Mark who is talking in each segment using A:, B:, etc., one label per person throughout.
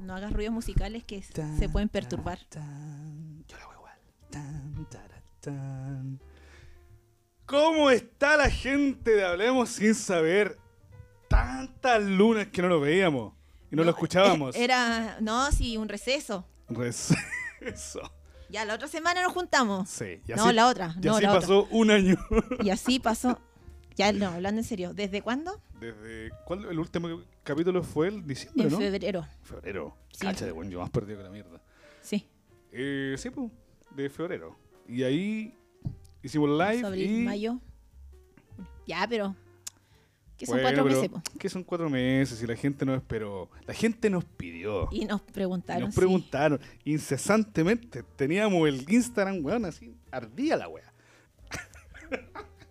A: No hagas ruidos musicales que se pueden perturbar.
B: Tan, yo la hago igual. Tan, tara, tan. ¿Cómo está la gente de Hablemos sin saber? Tantas lunas que no lo veíamos y no, lo escuchábamos.
A: eh, Era, no, sí, un receso.
B: Receso.
A: Ya, la otra semana nos juntamos.
B: Sí, y
A: No,
B: así-
A: la otra.
B: y
A: no,
B: así
A: la otra.
B: pasó un año.
A: Y así pasó. Ya, no, hablando en serio. ¿Desde cuándo?
B: Desde. ¿Cuál? El último capítulo fue el diciembre,
A: en
B: ¿no?
A: febrero.
B: Febrero.
A: Sí.
B: Cacha de buen, yo más perdido que la mierda.
A: Sí.
B: Eh, sí, pues, de febrero. Y ahí hicimos live.
A: Sobre
B: y...
A: mayo. Ya, pero. Que son
B: Bueno,
A: cuatro
B: pero,
A: meses. po.
B: Que son cuatro meses y la gente nos esperó. La gente nos pidió.
A: Y nos
B: Y
A: preguntaron.
B: nos
A: sí.
B: preguntaron incesantemente. Teníamos el Instagram, weón, así. Ardía la wea.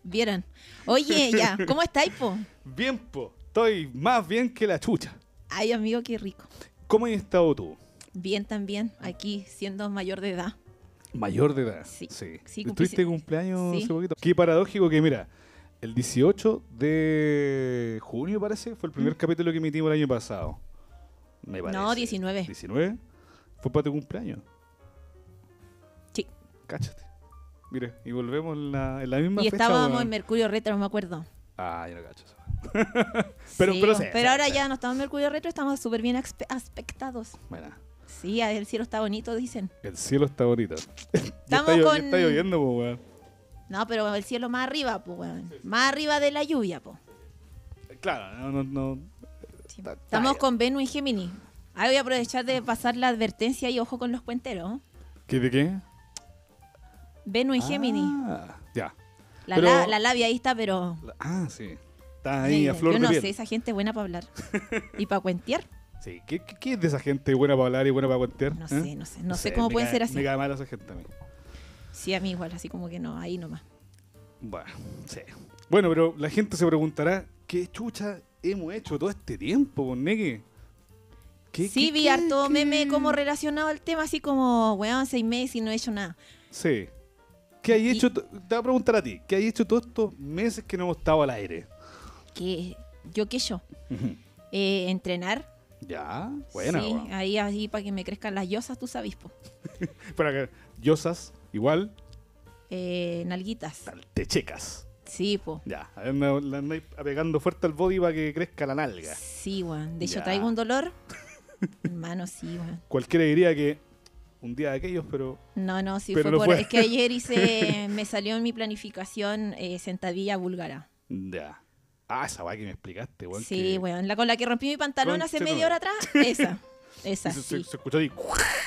A: Vieron. Oye, ya, ¿cómo estáis, po?
B: Bien, po. Estoy más bien que la chucha.
A: Ay, amigo, qué rico.
B: ¿Cómo has estado tú?
A: Bien también, aquí siendo mayor de edad.
B: Mayor de edad.
A: Sí. Sí, cumplí-
B: ¿Tuviste cumpleaños
A: Sí.
B: hace poquito? Qué paradójico que, mira, el 18 de junio, parece, fue el primer capítulo que emitimos el año pasado. Me parece.
A: Mm. No, 19.
B: 19. Fue para tu cumpleaños.
A: Sí.
B: Cáchate. Mire, y volvemos en la, en la misma
A: Y
B: fecha.
A: estábamos
B: weón.
A: en Mercurio Retro, me acuerdo.
B: Ah, yo no cacho eso. Pero-
A: Sí,
B: pero
A: po.
B: sí, sí,
A: ahora
B: sí.
A: ya no estamos en Mercurio Retro, estamos súper bien aspe- aspectados.
B: Bueno,
A: Sí, el cielo está bonito, dicen.
B: el cielo está bonito. ya,
A: Estamos
B: está, llo- ya
A: con-
B: está lloviendo, po, weón.
A: No, pero el cielo más arriba, po, weón. Más arriba de la lluvia, po.
B: Claro, no, no, no.
A: Sí.
B: Ta-
A: Estamos
B: ta-
A: con Venus y Géminis. Ahí voy a aprovechar de pasar la advertencia y ojo con los cuenteros. ¿eh?
B: ¿Qué de qué?
A: Venus y Géminis.
B: Ah, ya.
A: La,
B: pero-
A: la- la labia ahí está, pero... eh,
B: La- Ah, sí. Está ahí a flor
A: Yo
B: de
A: no
B: piel.
A: sé, esa gente es buena para hablar. y para cuentear,
B: Sí, ¿Qué, qué, qué es de esa gente buena para hablar y buena para cuentear?
A: no
B: ¿Eh?
A: sé, no sé. No sé cómo
B: me
A: pueden
B: cae-
A: ser así.
B: Me cae mal esa gente a mí.
A: Sí, a mí igual, así como que no, ahí nomás.
B: Bueno, sí. Bueno, pero la gente se preguntará, ¿qué chucha hemos hecho todo este tiempo, con Negue? ¿Qué-
A: sí,
B: qué-
A: vi
B: qué-
A: harto
B: qué?
A: meme como relacionado al tema, así como, weón, seis meses y no he hecho nada.
B: Sí. ¿Qué hay
A: Y-
B: hecho? to- Te voy a preguntar a ti, ¿qué hay hecho todos estos meses que no hemos estado al aire?
A: que ¿Yo qué yo? Eh, entrenar.
B: ya, bueno.
A: sí, ah. ahí, ahí para que me crezcan las yosas, tú sabes, po.
B: Para que Yosas, igual,
A: Eh, nalguitas.
B: tal, te checas.
A: Sí, po.
B: Ya, a ver, no- la andáis apegando fuerte al body para que crezca la nalga.
A: Sí, weón. De hecho,
B: Ya.
A: traigo un dolor. Hermano, sí, weón.
B: Cualquiera diría que un día de aquellos, pero
A: No, no, sí
B: Pero
A: fue
B: no
A: por...
B: fue.
A: Es que ayer hice... me salió en mi planificación eh, sentadilla búlgara.
B: ya. Ah, esa va que me explicaste, weón.
A: Sí,
B: que-
A: weón. La con la que rompí mi pantalón hace
B: Conche tu
A: media hora atrás. Esa. Esa,
B: Se, se-
A: sí.
B: se escuchó ahí.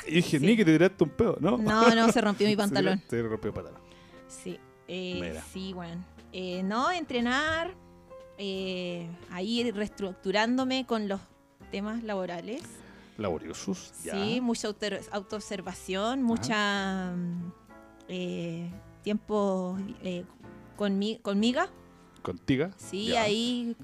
B: Y dije,
A: Sí.
B: ni que te tiraste un pedo, ¿no?
A: No, no, se rompió mi
B: Se
A: pantalón.
B: te rompió el pantalón.
A: Sí, eh,
B: Mira.
A: sí, weón. Eh, no, entrenar, eh, ahí reestructurándome con los temas laborales.
B: Laboriosos, ya.
A: Sí, mucha auto- autoobservación, mucha mm, eh, tiempo eh, conmi- conmigo,
B: Contigo.
A: Sí,
B: ya.
A: ahí.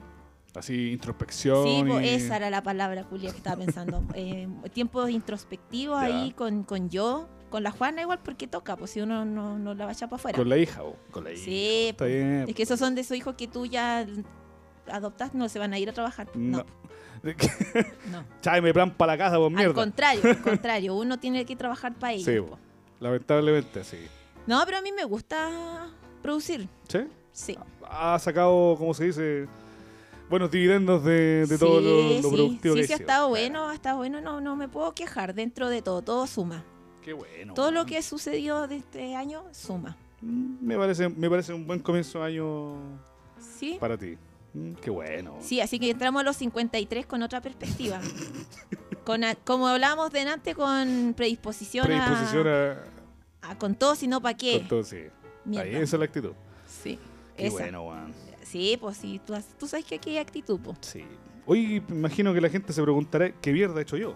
B: Así, introspección.
A: Sí, po,
B: y-
A: esa era la palabra, Julia, que estaba pensando. eh, tiempos introspectivos
B: Ya.
A: ahí con, con yo, con la Juana igual, porque toca, pues si uno no, no la vaya para afuera.
B: Con la hija, o Con la hija.
A: Sí,
B: Está
A: po.
B: bien.
A: Es que esos son de esos hijos que tú ya adoptas, no se van a ir a trabajar. No,
B: No.
A: no.
B: Cháeme plan para la casa, vos
A: Al
B: mierda.
A: contrario, al contrario, uno tiene que trabajar para ellos.
B: Sí,
A: po.
B: po. Lamentablemente, sí.
A: No, pero a mí me gusta producir.
B: ¿Sí?
A: Sí.
B: ha sacado, como se dice, buenos dividendos de, de todo
A: Sí,
B: lo, lo
A: sí,
B: productivo
A: sí,
B: que
A: sí, ha estado bueno, ha estado bueno, no, no me puedo quejar dentro de todo, todo suma.
B: Qué bueno.
A: Todo lo que sucedió de este año suma.
B: Mm, Me parece, me parece un buen comienzo de año
A: ¿Sí?
B: para ti. Mm, Qué bueno.
A: Sí, así que entramos a los 53 con otra perspectiva. con a- como hablábamos delante, con predisposición, a-
B: Predisposición a,
A: a con todo, sino para qué.
B: con todo, sí.
A: Mierda.
B: Ahí, esa es la actitud.
A: Sí.
B: Qué
A: esa.
B: bueno, weón.
A: Sí, pues sí, tú, has- tú sabes que aquí hay actitud, po.
B: Sí. Hoy imagino que la gente se preguntará qué mierda he hecho yo.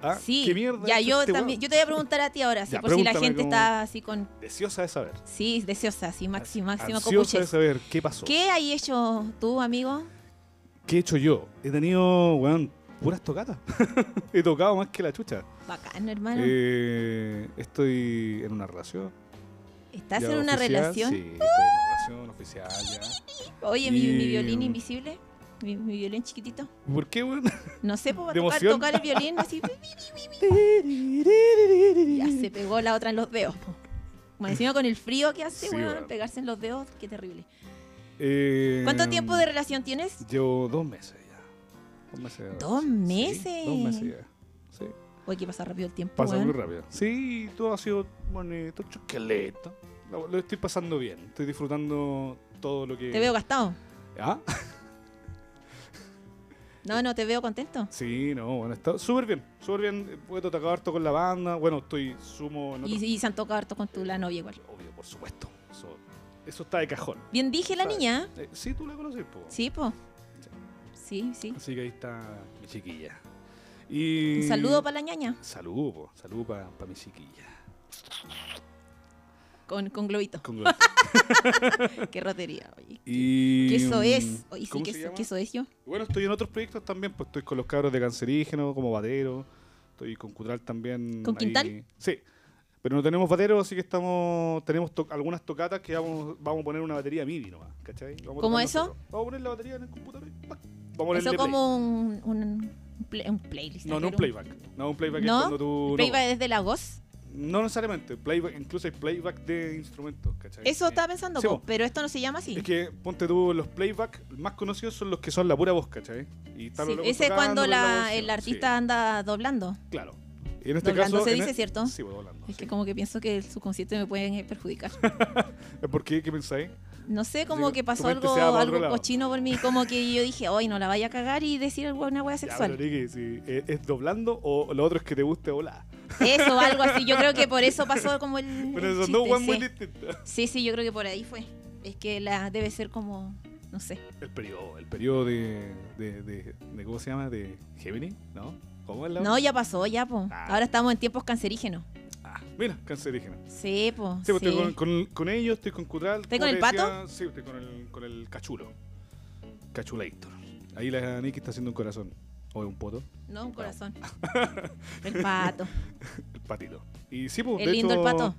B: Ah,
A: sí,
B: ¿Qué mierda
A: ya
B: he hecho
A: yo
B: este
A: también,
B: weón?
A: yo te voy a preguntar a ti ahora, sí,
B: Ya,
A: por si la
B: pregúntame
A: gente
B: como-
A: está así con,
B: Deseosa de saber.
A: sí, deseosa, sí, máxima, máxima
B: Ansiosa de
A: copuches.
B: saber qué pasó.
A: ¿Qué hay hecho tú, amigo?
B: ¿Qué he hecho yo? He tenido, weón, puras tocatas. he tocado más que la chucha.
A: Bacán, hermano.
B: Eh, estoy en una relación.
A: ¿Estás
B: ya
A: en una
B: oficial,
A: relación?
B: Sí, estoy en una relación oficial ya.
A: Oye, mi, mi
B: Y- mm,
A: violín invisible. Mi, mi violín chiquitito.
B: ¿Por qué, weón?
A: No sé, pues, tocar,
B: ¿De emoción?
A: tocar el violín así. Ya se pegó la otra en los dedos. po. Más encima con el frío que hace,
B: Sí,
A: weón,
B: weón.
A: pegarse en los dedos, qué terrible.
B: Eh,
A: ¿Cuánto tiempo de relación tienes?
B: Llevo dos meses ya. Dos meses. ya.
A: ¿Dos
B: Sí,
A: meses?
B: dos meses ya. Sí.
A: Oye, que pasa rápido el tiempo,
B: Pasa
A: weón.
B: muy rápido. Sí, todo ha sido bonito, choqueleto. Lo, lo estoy pasando bien. Estoy disfrutando todo lo que.
A: Te veo gastado.
B: ¿Ah?
A: No, no, te veo contento.
B: Sí, no, bueno, está súper bien. Súper bien. Eh, Puedo tocar harto con la banda. Bueno, estoy sumo en otro-
A: Y, y se han tocado harto con tu la novia igual.
B: Obvio, por supuesto. Eso, eso está de cajón.
A: Bien dije la
B: ¿Sabes?
A: niña. ¿eh?
B: Eh, sí, tú la conoces, po.
A: Sí, po. Sí, sí.
B: Así que ahí está mi chiquilla. Y...
A: Un saludo para la ñaña.
B: Saludo, po. Saludo para mi chiquilla.
A: Con, con globito.
B: Con-
A: Qué rotería, oye.
B: y... mm,
A: Que eso es. Oye, sí,
B: ¿cómo
A: que
B: se
A: eso,
B: llama?
A: que eso es yo.
B: Bueno, estoy en otros proyectos también, pues estoy con los cabros de cancerígeno, como batero, estoy con Cutral también.
A: ¿Con
B: ahí.
A: Quintal?
B: Sí, pero no tenemos batero, así que estamos tenemos to- algunas tocatas que vamos, vamos a poner una batería MIDI nomás, ¿cachai? Vamos a
A: ¿Cómo
B: tocar
A: eso?
B: nosotros. Vamos a poner la batería en el computador y ¡pac! vamos a ponerle
A: Eso
B: play.
A: como un, un, un play- un playlist.
B: No, no un
A: pero
B: playback. No, un playback
A: ¿No?
B: es cuando tú...
A: Playback desde la voz.
B: No, no necesariamente, playback, incluso hay playback de instrumentos, ¿cachai?
A: Eso
B: Eh,
A: estaba pensando,
B: sí,
A: po,
B: po.
A: pero esto no se llama así.
B: Es que, ponte tú, los playback más conocidos son los que son la pura voz, ¿cachai? Y están
A: Sí,
B: los locos
A: ese es cuando
B: tocando con
A: la-
B: voz,
A: el
B: sí.
A: artista anda doblando.
B: Claro. Y en este
A: Doblando
B: caso.
A: se
B: en
A: dice,
B: e-
A: ¿cierto?
B: Sí, pues, doblando.
A: Es que
B: sí.
A: como que pienso que su concierto me pueden eh, perjudicar.
B: Eh, ¿Por qué? ¿Qué pensáis?
A: No sé,
B: Así
A: como
B: que
A: que
B: tu
A: pasó
B: mente
A: algo,
B: se va para otro
A: algo
B: lado.
A: cochino por mí. Como que yo dije, hoy no la vaya a cagar y decir algo- una hueá
B: Ya,
A: sexual.
B: pero Ricky, si, eh, ¿es doblando o lo otro es que te guste volar?
A: Eso, algo así. Yo creo que por eso pasó como el.
B: Pero
A: el
B: son dos
A: chiste,
B: weas muy
A: sí.
B: distintas.
A: sí, sí, yo creo que por ahí fue. Es que la debe ser como. No sé.
B: El periodo, el periodo de, de, de, de- ¿Cómo se llama? ¿De Gemini? ¿No? ¿Cómo es la
A: No, ya pasó, ya, po.
B: Ah.
A: Ahora estamos en tiempos cancerígenos.
B: Ah, mira, cancerígena.
A: Sí, po.
B: Sí, pues
A: sí.
B: estoy con, con, con ellos, estoy con Cutral.
A: ¿Estás
B: ¿Estoy
A: con el
B: Sí, estoy con el, con el cachulo. Cachulator. Ahí la Nikki está haciendo un corazón. O un poto.
A: No, un corazón. el pato.
B: El patito. Y sí, pues,
A: El
B: de
A: lindo el
B: hecho-
A: pato.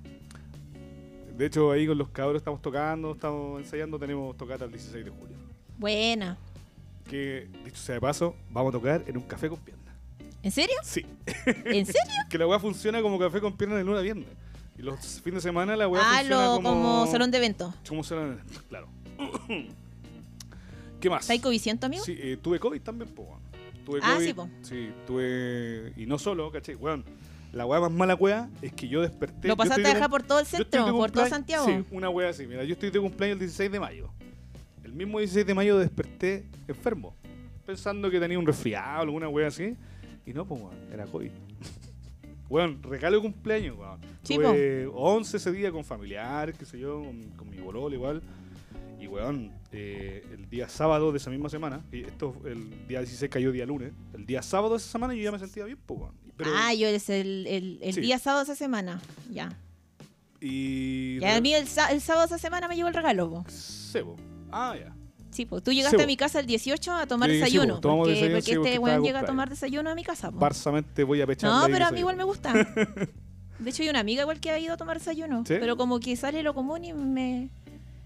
B: De hecho, ahí con los cabros estamos tocando, estamos ensayando, tenemos tocata el 16 de julio.
A: Buena.
B: Que, dicho sea de paso, vamos a tocar en un café con piernas.
A: ¿En serio?
B: Sí,
A: ¿En serio?
B: que la weá funciona como café con piernas de luna a viernes. Y los fines de semana la weá
A: ah,
B: funciona
A: lo,
B: como...
A: como salón de eventos.
B: Como salón, claro. ¿Qué más?
A: ¿Estáis coviciento, amigo?
B: Sí, eh, tuve COVID también, po, weón. Tuve
A: Ah,
B: COVID,
A: sí, po.
B: Sí, tuve... Y no solo, ¿cachai? Weón, la weá más mala weá es que yo desperté...
A: Lo
B: yo
A: pasaste
B: estoy
A: a
B: de
A: dejar por todo el
B: Yo estoy
A: centro,
B: de
A: por todo
B: cumpleaños-
A: Santiago.
B: Sí, una wea así. Mira, yo estoy de cumpleaños el 16 de mayo. El mismo 16 de mayo desperté enfermo, pensando que tenía un resfriado, alguna wea así. Y no, pues, weón, era COVID. Weón, regalo de cumpleaños, weón.
A: Sí,
B: Tuve 11 ese día con familiares, qué sé yo, con, con mi bololo igual. Y weón, eh, el día sábado de esa misma semana, y esto el día 16 cayó día lunes, el día sábado de esa semana yo ya me sentía bien, pues, weón. Pero-
A: ah, yo es el, el, el
B: Sí.
A: día sábado de esa semana. Ya.
B: y...
A: Ya a mí el, sa- el sábado de esa semana me llegó el regalo, po.
B: Sebo. Ah, ya.
A: Sí, po. Tú llegaste
B: Sí, po.
A: a mi casa el 18 a tomar
B: Sí, sí, po.
A: desayuno.
B: Tomamos
A: porque
B: desayuno,
A: porque
B: sí, porque
A: este
B: estaba
A: weón
B: de
A: llega a
B: cumpleaños.
A: tomar desayuno a mi casa, po.
B: Barsamente voy a pechar.
A: No,
B: ahí
A: pero a
B: desayuno.
A: mí igual me gusta. De hecho, hay una amiga igual que ha ido a tomar desayuno.
B: ¿Sí?
A: Pero como que sale lo común y me...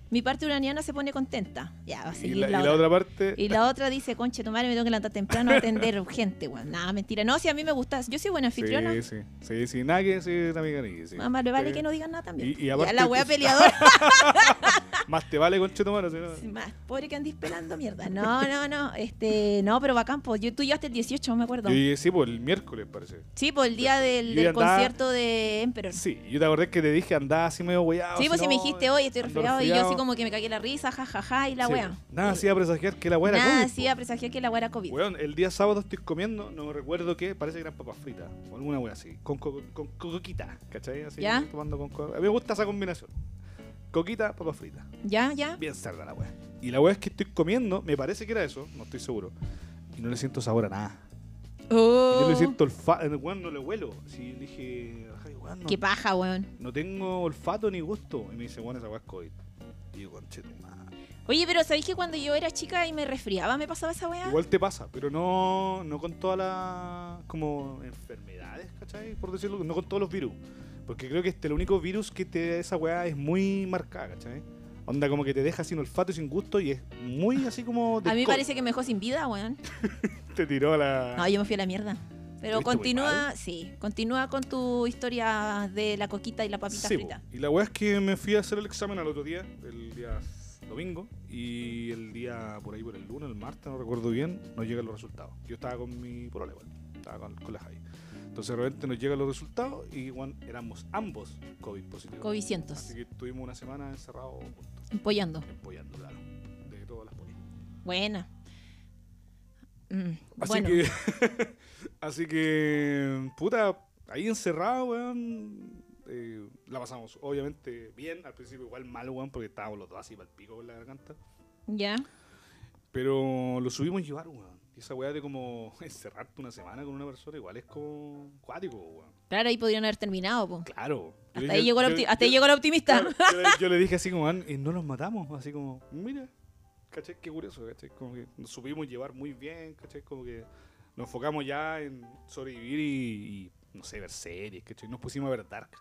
A: Mi parte uraniana se pone contenta. Ya, va a
B: Y
A: seguir
B: la, y
A: la
B: la
A: otra.
B: otra parte.
A: Y la otra dice, conche, tu madre me tengo que levantar temprano a atender gente, weón. Nada, mentira. No, si a mí me gusta. Yo soy buena anfitriona.
B: Sí, sí, sí, sí, nada que decir, amiga ni- sí.
A: Mamá, le vale
B: Sí.
A: que no digan nada también.
B: Y- y
A: ya
B: aparte-
A: la wea peleadora.
B: Más te vale con chetumano, si no.
A: Más pobre que andís pelando mierda. No, no, no. Este, no, pero bacán, po. Yo, tú llegaste el 18, me acuerdo.
B: Yo llegué, sí, pues el miércoles parece.
A: Sí, por el día del,
B: Yo
A: del
B: ya andaba-
A: concierto de Emperor.
B: Sí, yo te acordé que te dije andaba así medio weado.
A: Sí, pues si me dijiste hoy estoy resfriado y yo así como que me cagué la risa, jajaja, y la wea.
B: Nada, hacía presagiar que la wea era
A: Nada,
B: COVID,
A: sí,
B: po.
A: a presagiar que la wea era COVID.
B: Weón, el día sábado estoy comiendo, no me recuerdo qué, parece que eran papas fritas o alguna wea así, con, co- con coquita, ¿cachai? Así,
A: ¿Ya?
B: tomando con co- A mí me gusta esa combinación. Coquita, papas fritas.
A: Ya, ya.
B: Bien cerda la weá. Y la weá es que estoy comiendo, me parece que era eso, no estoy seguro. Y no le siento sabor a nada. Y Yo
A: Oh,
B: le siento olfato, weón, no le huelo. Si le dije, ay, weón, no,
A: Qué paja, weón.
B: no tengo olfato ni gusto. Y me dice, weón, esa weá es COVID. Y yo, conche tu madre.
A: Oye, pero ¿sabéis que cuando yo era chica y me resfriaba me pasaba esa wea?
B: Igual te pasa, pero no, no con todas las como enfermedades, ¿cachai? Por decirlo, no con todos los virus. Porque creo que este el único virus que te da esa weá es muy marcada, ¿cachai? Onda como que te deja sin olfato y sin gusto y es muy así como... de
A: A mí me
B: co-
A: parece que me dejó sin vida, weón.
B: Te tiró la...
A: No, yo me fui a la mierda. Pero
B: ¿Estuviste muy
A: continúa,
B: mal?
A: sí, continúa con tu historia de la coquita y la papita
B: Sí,
A: frita.
B: po. Y la weá es que me fui a hacer el examen al otro día, el día domingo, y el día por ahí por el lunes, el martes, no recuerdo bien, nos llegan los resultados. Yo estaba con mi problema, estaba con, con la Javi. Entonces de repente nos llegan los resultados y weón, éramos ambos COVID positivos.
A: Covicientos,
B: Así que estuvimos una semana encerrados juntos,
A: empollando.
B: empollando, claro, de todas las polillas.
A: Buena. Mm,
B: Así
A: bueno,
B: que. así que. Puta, ahí encerrado, weón. eh, la pasamos, obviamente, bien. Al principio, igual mal, weón, porque estábamos los dos así para el pico con la garganta.
A: ya.
B: Pero lo subimos a llevar, weón. Y esa weá de como encerrarte una semana con una persona, igual es como cuático, weón.
A: Claro, ahí podrían haber terminado, po.
B: Claro. Yo
A: Hasta,
B: le-
A: ahí,
B: yo-
A: llegó el
B: yo-
A: opti- hasta ahí
B: yo-
A: llegó el optimista.
B: claro, yo, le, yo le dije así como, "Man, y no los matamos. Así como, mira, caché, qué curioso, caché. Como que nos supimos llevar muy bien, caché. Como que nos enfocamos ya en sobrevivir y, y, no sé, ver series, caché. Nos pusimos a ver Dark.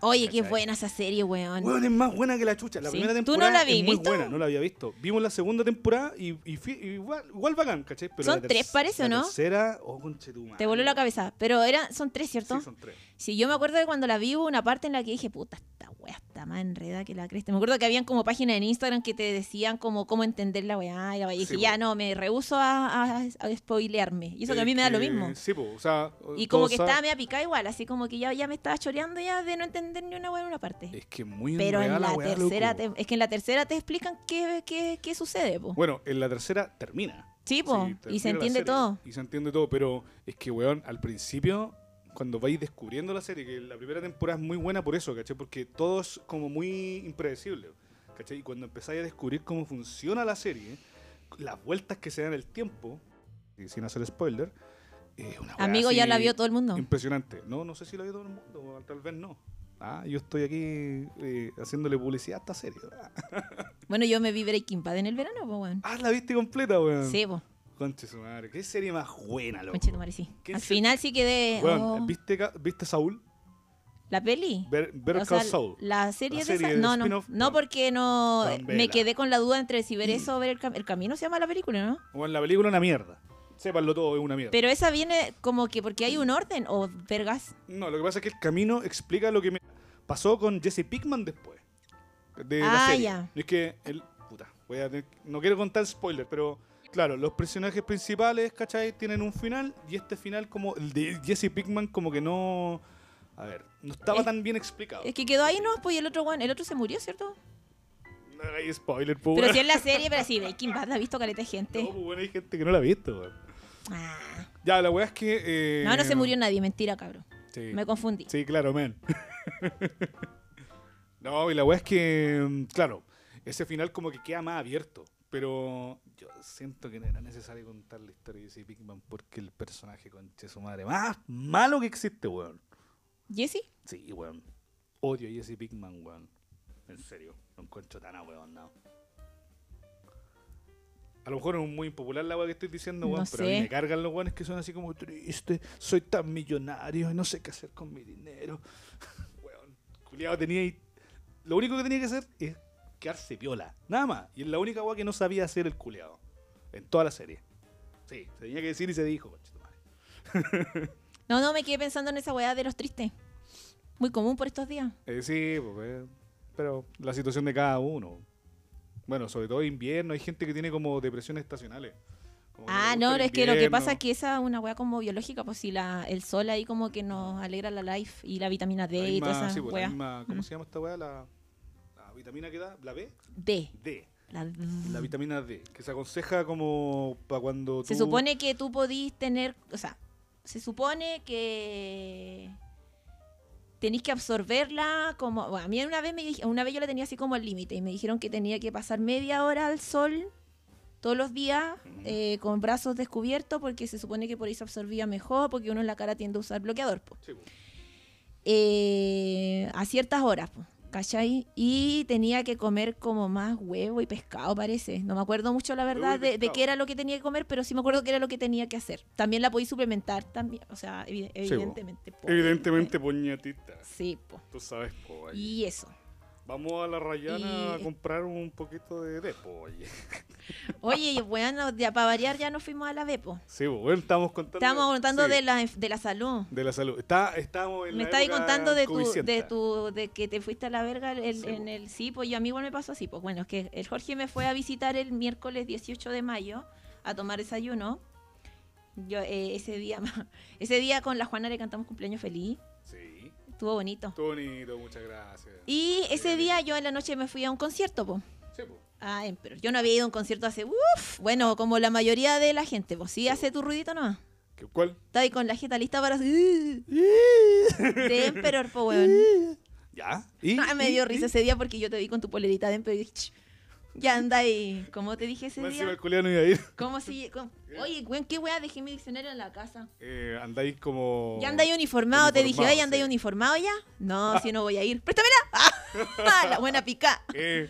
A: Oye, qué
B: ¿Cachai?
A: buena esa serie, weón.
B: Weón, es más buena que la chucha. La
A: Sí.
B: primera
A: ¿Tú no
B: temporada
A: la
B: es
A: habías
B: muy
A: visto?
B: buena, no la había visto. Vimos la segunda temporada y, y fui- y igual, igual bacán, caché. Pero
A: Son
B: la terc-
A: tres, parece, ¿o
B: la
A: no?
B: tercera, oh, conchetumare.
A: Te voló la cabeza. Pero era, son tres, ¿cierto?
B: Sí,
A: Sí,
B: son tres.
A: yo me acuerdo de cuando la vi, hubo una parte en la que dije, puta, esta weá está más enredada que la cresta. Me acuerdo que habían como páginas en Instagram que te decían como cómo entender la weá. Y la weá. Y dije,
B: Sí, po.
A: ya no, me rehuso a, a- a spoilearme. Y eso que a
B: Es
A: mí me da lo mismo.
B: Eh, Sí, po, o sea...
A: Y como
B: todos
A: que
B: saben-
A: estaba media picada igual, así como que ya, ya me estaba choreando ya de no entender ni una weá en una parte.
B: Es que muy
A: Pero en
B: enredada
A: la
B: weá,
A: tercera,
B: loco.
A: te- es que en la tercera te explican qué, qué, qué sucede, po.
B: Bueno, en la tercera termina.
A: sí, po.
B: Sí, termina
A: y se
B: la
A: entiende
B: serie,
A: todo.
B: Y se entiende todo, pero es que, weón, al principio, cuando vais descubriendo la serie, que la primera temporada es muy buena por eso, ¿cachai? Porque todo es como muy impredecible, ¿cachai? Y cuando empezáis a descubrir cómo funciona la serie, las vueltas que se dan el tiempo, y sin hacer spoiler, es una weá
A: Amigo, ya
B: así
A: la vio todo el mundo.
B: Impresionante. No, no sé si la vio todo el mundo, o tal vez no. Ah, yo estoy aquí eh, haciéndole publicidad a esta serie.
A: Bueno, yo me vi Breaking Bad en el verano, pues, weón.
B: Ah, la viste completa, weón.
A: Sí, pues.
B: Conche su madre, qué serie más buena, loco.
A: Conchetumare, sí.
B: ¿Qué
A: Al
B: se-
A: final sí quedé.
B: Weón,
A: oh,
B: ¿viste, ca- ¿viste Saúl?
A: la peli.
B: Ver, Better
A: O
B: Call
A: sea,
B: Saul.
A: La serie
B: La
A: de
B: serie
A: esa.
B: de
A: No, no.
B: spin-off,
A: No,
B: no.
A: porque no.
B: Tan
A: Me
B: vela.
A: quedé con la duda entre si ver eso o ver el, cam- el camino. Se llama la película, ¿no?
B: Bueno, la película es una mierda. Sépanlo todo, es una mierda.
A: Pero esa viene como que porque hay un orden o vergas.
B: No, lo que pasa es que el camino explica lo que me pasó con Jesse Pickman después. De
A: Ah,
B: la serie.
A: ya.
B: No es que él. Puta, voy a tener- no quiero contar spoiler, pero. Claro, los personajes principales, ¿cachai? Tienen un final y este final, como el de Jesse Pickman, como que no. A ver, no estaba
A: Es-
B: tan bien explicado.
A: Es que quedó ahí, ¿no? Pues y el otro, weón. El otro se murió, ¿cierto?
B: No hay spoiler, pues.
A: Pero
B: weón.
A: si es la serie, pero sí, Breaking Bad la ha visto caleta de
B: No,
A: gente.
B: pues, bueno, hay gente que no la ha visto, weón.
A: Ah.
B: Ya, la weá es que. eh,
A: No, no se murió nadie. Mentira, cabrón.
B: Sí,
A: Me confundí.
B: Sí, claro, men. no, y la weá es que. mm, Claro, ese final como que queda más abierto. Pero yo siento que no era necesario contar la historia de ese Pickman porque el personaje, conche su madre, más malo que existe, weón.
A: ¿Jesse?
B: Sí, weón. Odio a Jesse Pickman, weón. En serio, lo encuentro tan a weón, no. A lo mejor es muy impopular la weá que estoy diciendo, weón,
A: No
B: pero a mí
A: sé.
B: me cargan los weones que son así como triste, soy tan millonario y no sé qué hacer con mi dinero. weón, culiado tenía ahí- Lo único que tenía que hacer es quedarse viola, nada más. Y es la única weá que no sabía hacer el culiado. En toda la serie. Sí, se tenía que decir y se dijo, conchetumare.
A: No, no, me quedé pensando en esa weá de los tristes. Muy común por estos días.
B: Eh, sí, pues, eh, pero la situación de cada uno. Bueno, sobre todo invierno, hay gente que tiene como depresiones estacionales. Como que
A: Ah,
B: le gusta
A: no,
B: el
A: es que lo que pasa es
B: invierno.
A: que esa es una weá como biológica, pues si la, el sol ahí como que nos alegra la life y la vitamina D
B: La
A: y toda
B: misma-
A: esa
B: sí, pues, la
A: weá.
B: misma- ¿Cómo
A: Mm.
B: se llama esta weá? La, la vitamina que da, la B,
A: D.
B: D.
A: la D.
B: La vitamina D, que se aconseja como para cuando
A: Se
B: tú-
A: supone que tú podís tener, o sea, se supone que tenéis que absorberla como... bueno, a mí una vez, me, dij- una vez yo la tenía así como al límite y me dijeron que tenía que pasar media hora al sol todos los días
B: Ujú.
A: eh, con brazos descubiertos porque se supone que por ahí se absorbía mejor porque uno en la cara tiende a usar bloqueador. po.
B: Sí, pues.
A: eh, a ciertas horas, po, ¿cachai? Y tenía que comer como más huevo y pescado, parece. No me acuerdo mucho, la
B: Huevo y
A: verdad, de, de
B: pescado.
A: qué era lo que tenía que comer, pero sí me acuerdo que era lo que tenía que hacer. También la podí suplementar, también, o sea, evi-
B: Sí, po.
A: evidentemente. po.
B: Evidentemente, poñatita.
A: Sí, po.
B: Tú sabes, po, ahí.
A: Y eso.
B: Vamos a la Rayana
A: Y-
B: a comprar un poquito de depo, oye.
A: Oye, y bueno, de, para variar ya nos fuimos a la Bepo.
B: Sí, pues, bueno, estamos contando.
A: Estábamos contando
B: sí,
A: de, la, de la salud.
B: de la salud. Está, estamos en
A: Me
B: la
A: estabas
B: época
A: contando de tu,
B: codicienta.
A: de tu de que te fuiste a la verga el-
B: Sí,
A: en
B: po.
A: el sí, pues yo a mí igual me pasó así, pues bueno, es que el Jorge me fue a visitar el miércoles 18 de mayo a tomar desayuno. Yo eh, ese día ese día con la Juana le cantamos cumpleaños feliz,
B: Sí.
A: estuvo bonito.
B: Estuvo bonito, muchas gracias.
A: Y ese día yo en la noche me fui a un concierto, pues.
B: Sí, po.
A: Ah, Emperor. Yo no había ido a un concierto hace uff, bueno, como la mayoría de la gente, pues sí, hace tu ruidito nomás.
B: ¿Qué- ¿Cuál?
A: Estaba ahí con la jeta lista para de Emperor, pues weón.
B: ¿Ya? ¿Y?
A: Ah, me
B: ¿Y?
A: dio
B: ¿Y?
A: risa ese día porque yo te vi con tu polerita de Emperor y dije, "Ch, ya anda ahí. ¿Cómo te dije ese
B: Más encima
A: día?
B: el culiao no iba a ir.
A: ¿Cómo si.? cómo- Oye, weón, qué weá, dejé mi diccionario en la casa.
B: Eh, andáis como.
A: Ya andáis uniformado, te dije,
B: Oh, Uniformado,
A: oye, andáis
B: sí.
A: uniformado ya. No, si no voy a ir. ¡Préstamela! la buena pica.
B: Eh,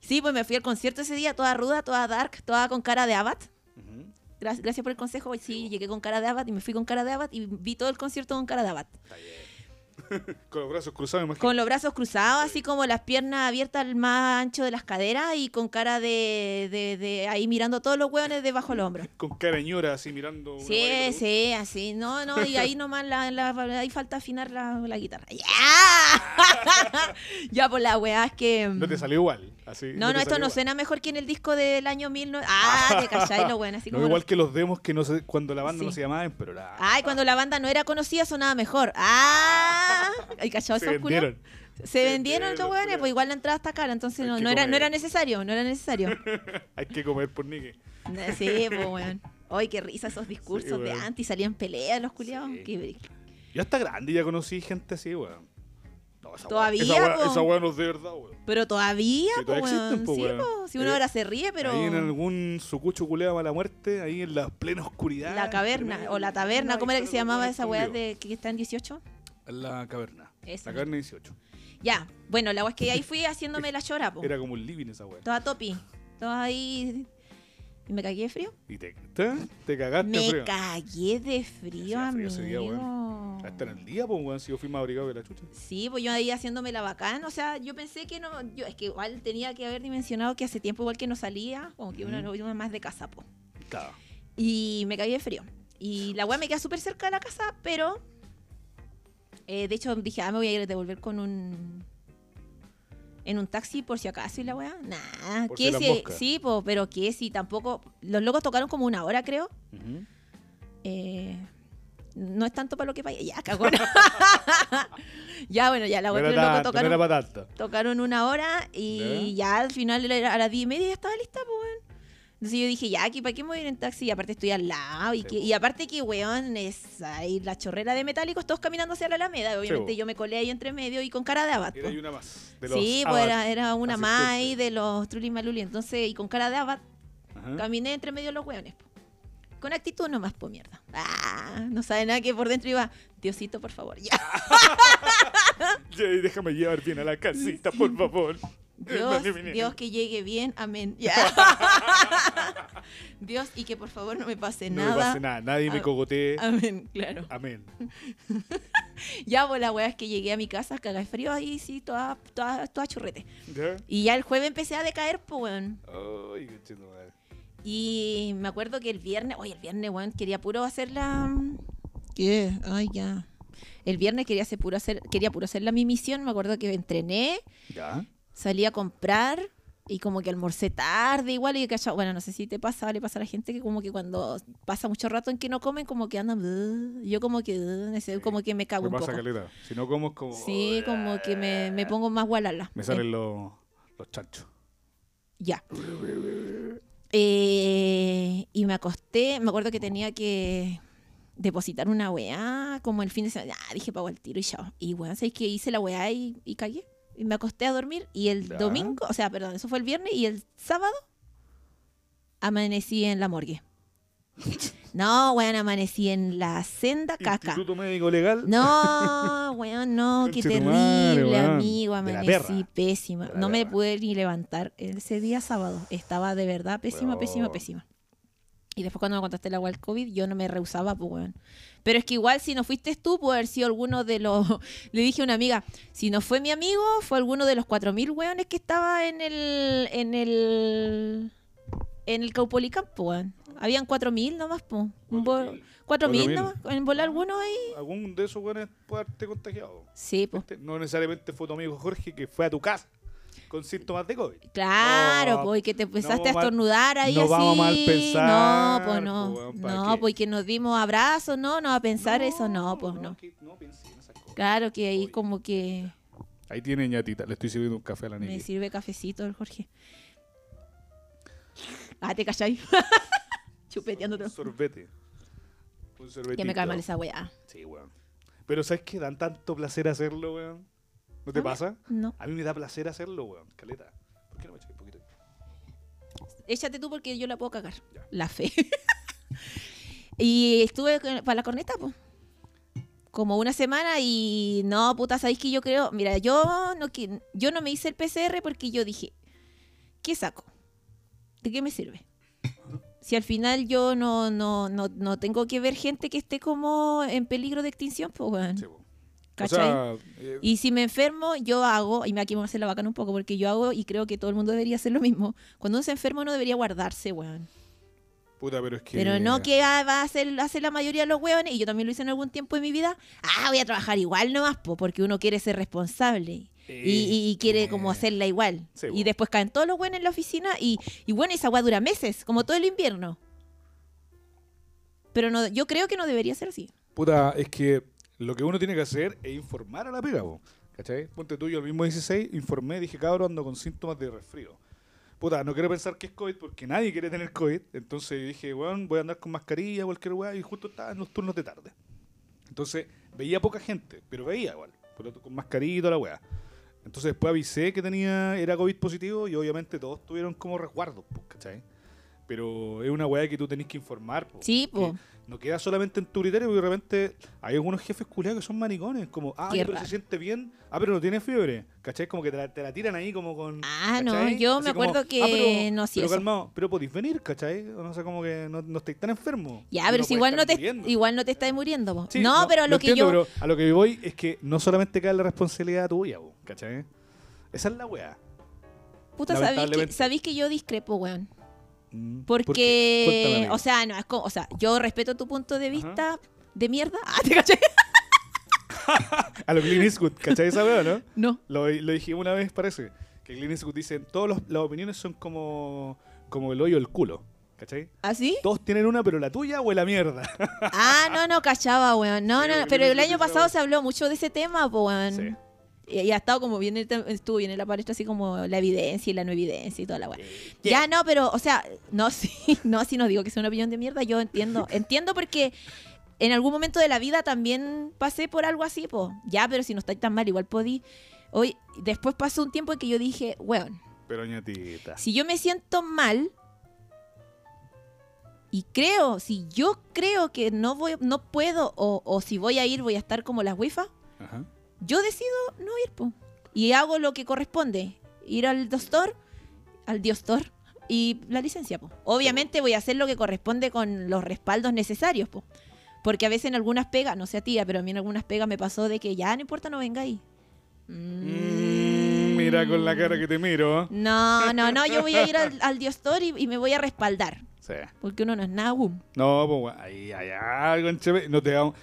A: Sí, pues me fui al concierto ese día, toda ruda, toda dark, toda con cara de Abat.
B: ujú,
A: Gracias, gracias por el consejo. Sí, llegué con cara de Abat y me fui con cara de Abat y vi todo el concierto con cara de Abat.
B: está bien. Con los brazos cruzados, me imagino.
A: Con los brazos cruzados, así como las piernas abiertas al más ancho de las caderas y con cara de, de- de ahí mirando todos los hueones debajo del hombro.
B: Con carañora así mirando. una guaya
A: Sí,
B: que te
A: sí, así. No, no, y ahí nomás la, la- ahí falta afinar la, la guitarra. ¡Ya! ya, por la weá es que.
B: gusta. No te salió igual. Así,
A: No, no,
B: te
A: esto
B: salió
A: no
B: igual.
A: suena mejor que en el disco del año 19. Ah, te calláis, lo bueno, así
B: No,
A: como.
B: igual que los demos que no sé, cuando la banda no
A: Sí. Ah,
B: se llamaba Emperorada.
A: Ay, cuando la banda no era conocida sonaba mejor. ¡Ah! ¿Hay cachado
B: se
A: esos culos?
B: vendieron.
A: Se vendieron estos
B: Vendieron,
A: hueones,
B: culiao.
A: pues igual la entrada está cara, entonces
B: Hay
A: no,
B: que
A: no era, no
B: comer.
A: era necesario, no era necesario.
B: Hay que comer por nique.
A: No, sí, pues weón. Ay, qué risa esos discursos de
B: weón.
A: anti, salían peleas los culiados.
B: Sí.
A: qué-
B: Yo hasta grande ya conocí gente así, weón. No, esa
A: Todavía,
B: Weón, esa, weá,
A: po.
B: esa weá no es de verdad, weón.
A: Pero todavía,
B: Sí,
A: pues
B: todavía existen,
A: weón.
B: po,
A: sí,
B: weón.
A: po. Si uno
B: Eh,
A: ahora se ríe, pero.
B: Ahí en algún sucucho culeado mala muerte, ahí en la plena oscuridad.
A: La caverna,
B: tremendo.
A: o la taberna,
B: Ahí
A: ¿cómo era que se
B: están los
A: llamaba
B: weones
A: esa weá
B: escondidos.
A: de que está en 18?
B: La caverna.
A: Esa.
B: La caverna 18.
A: Ya, bueno, la weá es que ahí fui haciéndome la llora, po.
B: Era como un living esa weá.
A: Toda topi. Toda ahí. Y me cagué de frío.
B: Y te, te, te cagaste
A: Me
B: frío.
A: cagué de frío,
B: Hacía frío ese día, weón.
A: amigo.
B: Hasta en el día, pues, weón, si yo fui más abrigado que la chucha.
A: Sí, pues yo ahí haciéndome la bacán, o sea, yo pensé que no, yo es que igual tenía que haber dimensionado que hace tiempo igual que no salía, como que uno
B: Ujú.
A: no iba más de casa, po.
B: Claro.
A: Y me caí de frío. Y la weá me queda súper cerca de la casa, pero eh, de hecho dije, ah, me voy a ir a devolver con un en un taxi por si acaso y la weá. Nah,
B: Por si
A: que
B: las
A: si,
B: moscas.
A: sí, po, pero que si tampoco. Los locos tocaron como una hora, creo.
B: Ujú.
A: Eh, no es tanto para lo que vaya. Ya, cagón. ya, bueno, ya la
B: No
A: weá que los
B: era
A: locos
B: tanto, no
A: tocaron.
B: era para tanto.
A: Tocaron una hora y ya al final era a las 10 y media ya estaba lista, pues, weón. Entonces yo dije, ya, aquí, ¿para qué me voy a ir en taxi? Y aparte estoy al lado. Y,
B: Sí,
A: que-
B: pues.
A: y aparte que, weón, es ahí la chorrera de metálicos, todos caminando hacia la Alameda. Obviamente
B: pues.
A: yo me colé ahí entre medio y con cara de abat.
B: Era
A: pues.
B: ahí una más. De los
A: Sí, pues
B: Abad.
A: era, era una más ahí
B: asistentes.
A: de los Trulli Maluli. Entonces, y con cara de abat,
B: Ajá.
A: caminé entre medio de los weones. po. Con actitud nomás, po mierda. Ah, no sabe nada que por dentro iba, Diosito, por favor, ya.
B: Ya, y déjame llevar bien a la casita, por favor.
A: Dios,
B: Dónde vinieron.
A: Dios que llegue bien, amén. Ya. Dios y que por favor no me pase
B: No
A: nada.
B: me pase nada, nadie me
A: Ah,
B: cogotee.
A: Amén, claro.
B: Amén.
A: Ya, pues la weá es que llegué a mi casa, caga de frío ahí, sí, toda, toda, toda churrete.
B: ¿Ya?
A: Y ya el jueves empecé a decaer, pues, weón.
B: Ay, qué chido, madre.
A: Y me acuerdo que el viernes, oye, el viernes, weón, quería puro hacer la. ¿Qué? Ay, ya. El viernes quería, hacer puro hacer, quería puro hacer la mi misión. Me acuerdo que entrené,
B: ¿Ya?
A: salí a comprar y como que almorcé tarde igual y que bueno, no sé si te pasa, le pasa a la gente que como que cuando pasa mucho rato en que no comen como que andan "Ugh". yo como que "Ugh", ese-
B: Sí.
A: como que me cago
B: Me
A: un
B: pasa
A: poco.
B: caleta. Si no como es como. eh,
A: Sí, como que me, me pongo más gualala.
B: Me
A: Eh,
B: salen los, los chanchos.
A: ya. Eh, y me acosté, me acuerdo que tenía que depositar una weá, como el fin de semana, ah, dije pago el tiro y ya. Y weón, ¿sabes que hice la weá y, y cagué? Y me acosté a dormir y el
B: Ya.
A: domingo, o sea, perdón, eso fue el viernes y el sábado amanecí en la morgue. No, weón, amanecí en la senda caca.
B: Instituto Médico Legal.
A: No, weón, no, qué
B: Conche tu
A: terrible,
B: madre, weón.
A: amigo,
B: De la
A: amanecí
B: perra.
A: pésima.
B: De la
A: No me
B: perra.
A: pude ni levantar ese día sábado. Estaba de verdad pésima, pésima,
B: Weón.
A: pésima. Y después cuando me contaste la weá del COVID, yo no me rehusaba, pues, weón. Pero es que igual si no fuiste tú, puede haber sido alguno de los... Le dije a una amiga, si no fue mi amigo, fue alguno de los 4.000 weones que estaba en el... En el... En el Caupolicán, pues, weón. Habían 4.000 nomás, pues. Un bo-
B: 4.000.
A: 4.000
B: 4.000.
A: nomás. En volar alguno ahí.
B: Algún de esos buenos puede haberte contagiado.
A: Sí, pues.
B: Este, No necesariamente fue tu amigo Jorge que fue a tu casa con síntomas de COVID.
A: Claro,
B: No,
A: pues, y que te empezaste
B: vamos
A: a
B: mal-
A: estornudar ahí
B: no
A: así.
B: vamos a mal pensar,
A: No, pues no.
B: pues, weón, ¿para
A: no,
B: qué?
A: pues que nos dimos abrazos, no, no, a pensar eso, no, pues no.
B: que- no piense en esas cosas.
A: Claro que ahí
B: Oye.
A: como que
B: Ahí tiene ñatita, le estoy sirviendo un café a la
A: me
B: niña.
A: sirve cafecito el Jorge. Ah, te calláis. Chupeteándote.
B: Un sorbete. Un sorbetito.
A: Que me cae mal esa weá.
B: Sí, weón. Pero ¿sabes qué? Dan tanto placer hacerlo, weón. ¿No te
A: A mí-
B: pasa?
A: No.
B: A mí me da placer hacerlo, weón. Caleta. ¿Por qué no me echas un poquito?
A: Échate tú porque yo la puedo cagar.
B: Ya.
A: La fe. y estuve con- para la corneta, pues. Como una semana y no, puta, sabéis que yo creo. Mira, yo no, qui- yo no me hice el PCR porque yo dije, ¿qué saco? ¿De qué me sirve? Si al final yo no, no, no, no tengo que ver gente que esté como en peligro de extinción, pues, weón.
B: Sí, weón.
A: ¿Cachai?
B: O sea, eh,
A: Y si me enfermo, yo hago, y me aquí me voy a hacer la bacana un poco, porque yo hago y creo que todo el mundo debería hacer lo mismo. Cuando uno se enferma, uno debería guardarse, weón.
B: puta, pero es que.
A: Pero no que ah, va a hacer, hacer la mayoría de los weones, y yo también lo hice en algún tiempo de mi vida. Ah, voy a trabajar igual nomás, po, porque uno quiere ser responsable.
B: Eh,
A: Y, y- y quiere
B: eh.
A: como hacerla igual.
B: Sí,
A: y
B: bueno.
A: después caen todos los weones en la oficina y, y bueno, esa agua dura meses, como todo el invierno. Pero no, yo creo que no debería ser así.
B: Puta, es que lo que uno tiene que hacer es informar a la pega, po, ¿cachai? Ponte tú, yo el mismo 16 informé, dije, cabrón, ando con síntomas de resfrío. Puta, no quiero pensar que es COVID porque nadie quiere tener COVID. Entonces dije, weón, voy a andar con mascarilla, cualquier weá, y justo estaba en los turnos de tarde. Entonces veía poca gente, pero veía igual, pero con mascarilla y toda la weá. Entonces después avisé que tenía, era COVID positivo y obviamente todos tuvieron como resguardo, po, ¿cachai? Pero es una weá que tú tenés que informar. po,
A: Sí,
B: que-
A: po.
B: no queda solamente en tu criterio, porque de repente hay algunos jefes culiados que son maricones, como, ah,
A: Qué
B: oye, pero
A: raro.
B: se siente bien, ah, pero no tiene fiebre, ¿cachai? Como que te la, te la tiran ahí como con...
A: Ah, no,
B: ¿cachai?
A: yo me acuerdo que
B: pero,
A: no hacía
B: pero
A: eso".
B: calmado, pero podéis venir, ¿cachai? O No sé, como que no, no estáis tan enfermos.
A: Ya, pero
B: no
A: si
B: podéis
A: igual no,
B: estar
A: te,
B: muriendo.
A: igual no te estás muriendo. po.
B: Sí,
A: no, pero a lo, que
B: entiendo,
A: yo...
B: pero a lo que voy es que no solamente cae la responsabilidad tuya, po, ¿cachai? Esa es la weá.
A: Puta, sabéis que,
B: Lamentablemente.
A: sabéis que yo discrepo, weón.
B: Mm, ¿por qué? Cuéntame,
A: Porque,
B: amiga.
A: o sea, no, es como, o sea, yo respeto tu punto de vista de mierda. Ah, ¿te caché?
B: a lo Clint Eastwood, ¿cachai? Esa weá, ¿no?
A: No.
B: Lo, lo dije una vez, parece. Que Clint Eastwood dice, todas los- las opiniones son como, como el hoyo del culo. ¿Cachai?
A: ¿Así?
B: Todos tienen una, pero la tuya o la mierda.
A: Ah, no, no, cachaba, weón. No,
B: Sí,
A: no,
B: porque
A: pero
B: no
A: el
B: se
A: año
B: pensaba.
A: pasado se habló mucho de ese tema, po, weón.
B: Sí.
A: Y, y ha estado como bien, el tem- estuvo bien en la palestra, así como la evidencia y la no evidencia y toda la weón. Ya no, pero, o sea, no, sí, no, si no digo que sea una opinión de mierda, yo entiendo. Entiendo porque en algún momento de la vida también pasé por algo así, po. Ya, pero si no estáis tan mal, igual podí. Hoy, después pasó un tiempo en que yo dije, weón,
B: Pero ñatita.
A: si yo me siento mal y creo, si yo creo que no voy, no puedo o, o si voy a ir voy a estar como las wifas,
B: Ajá.
A: yo decido no ir, po. Y hago lo que corresponde. Ir al doctor, al diostor y la licencia, po. Obviamente voy a hacer lo que corresponde con los respaldos necesarios, po. Porque a veces en algunas pegas, no sé a tía, pero a mí en algunas pegas me pasó de que ya no importa, no venga ahí.
B: Mm, mira con la cara que te miro.
A: No, no, no, yo voy a ir al, al diostor y, y me voy a respaldar.
B: Sí.
A: Porque uno no es nada, boom.
B: No, pues bueno, ahí hay algo en Cheve- No te hago.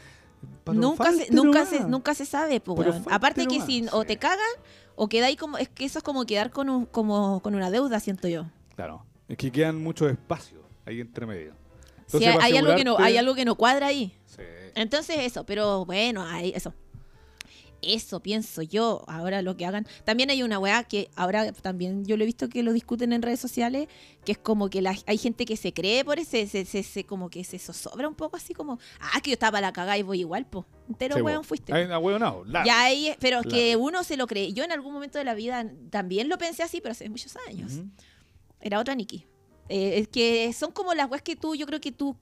B: Pero
A: nunca
B: falte
A: se, nunca
B: nomás.
A: se, nunca se sabe, po,
B: Pero
A: weón.
B: fuerte
A: Aparte que
B: nomás,
A: si o
B: sí.
A: te cagan o quedáis como es que eso es como quedar con un, como con una deuda, siento yo.
B: Claro. Es que quedan muchos espacios ahí entre medio.
A: Si
B: Entonces,
A: hay,
B: para
A: hay algo que no hay
B: asegurarte-
A: algo que no cuadra ahí.
B: Sí.
A: Entonces eso, pero bueno, ahí eso. Eso pienso yo, ahora lo que hagan. También hay una weá que ahora también yo lo he visto que lo discuten en redes sociales, que es como que la- hay gente que se cree por ese, se, se- se- como que se zozobra un poco así como, ah, que yo estaba para la cagada y voy igual, po. Entero
B: Sí,
A: weón
B: pues.
A: fuiste. po.
B: Ahí, ah, weón, no. largo.
A: Ya ahí, pero
B: Claro.
A: que uno se lo cree. Yo en algún momento de la vida también lo pensé así, pero hace muchos años.
B: Ujú.
A: Era otra Nikki. Eh, es que son como las weas que tú, yo creo que tú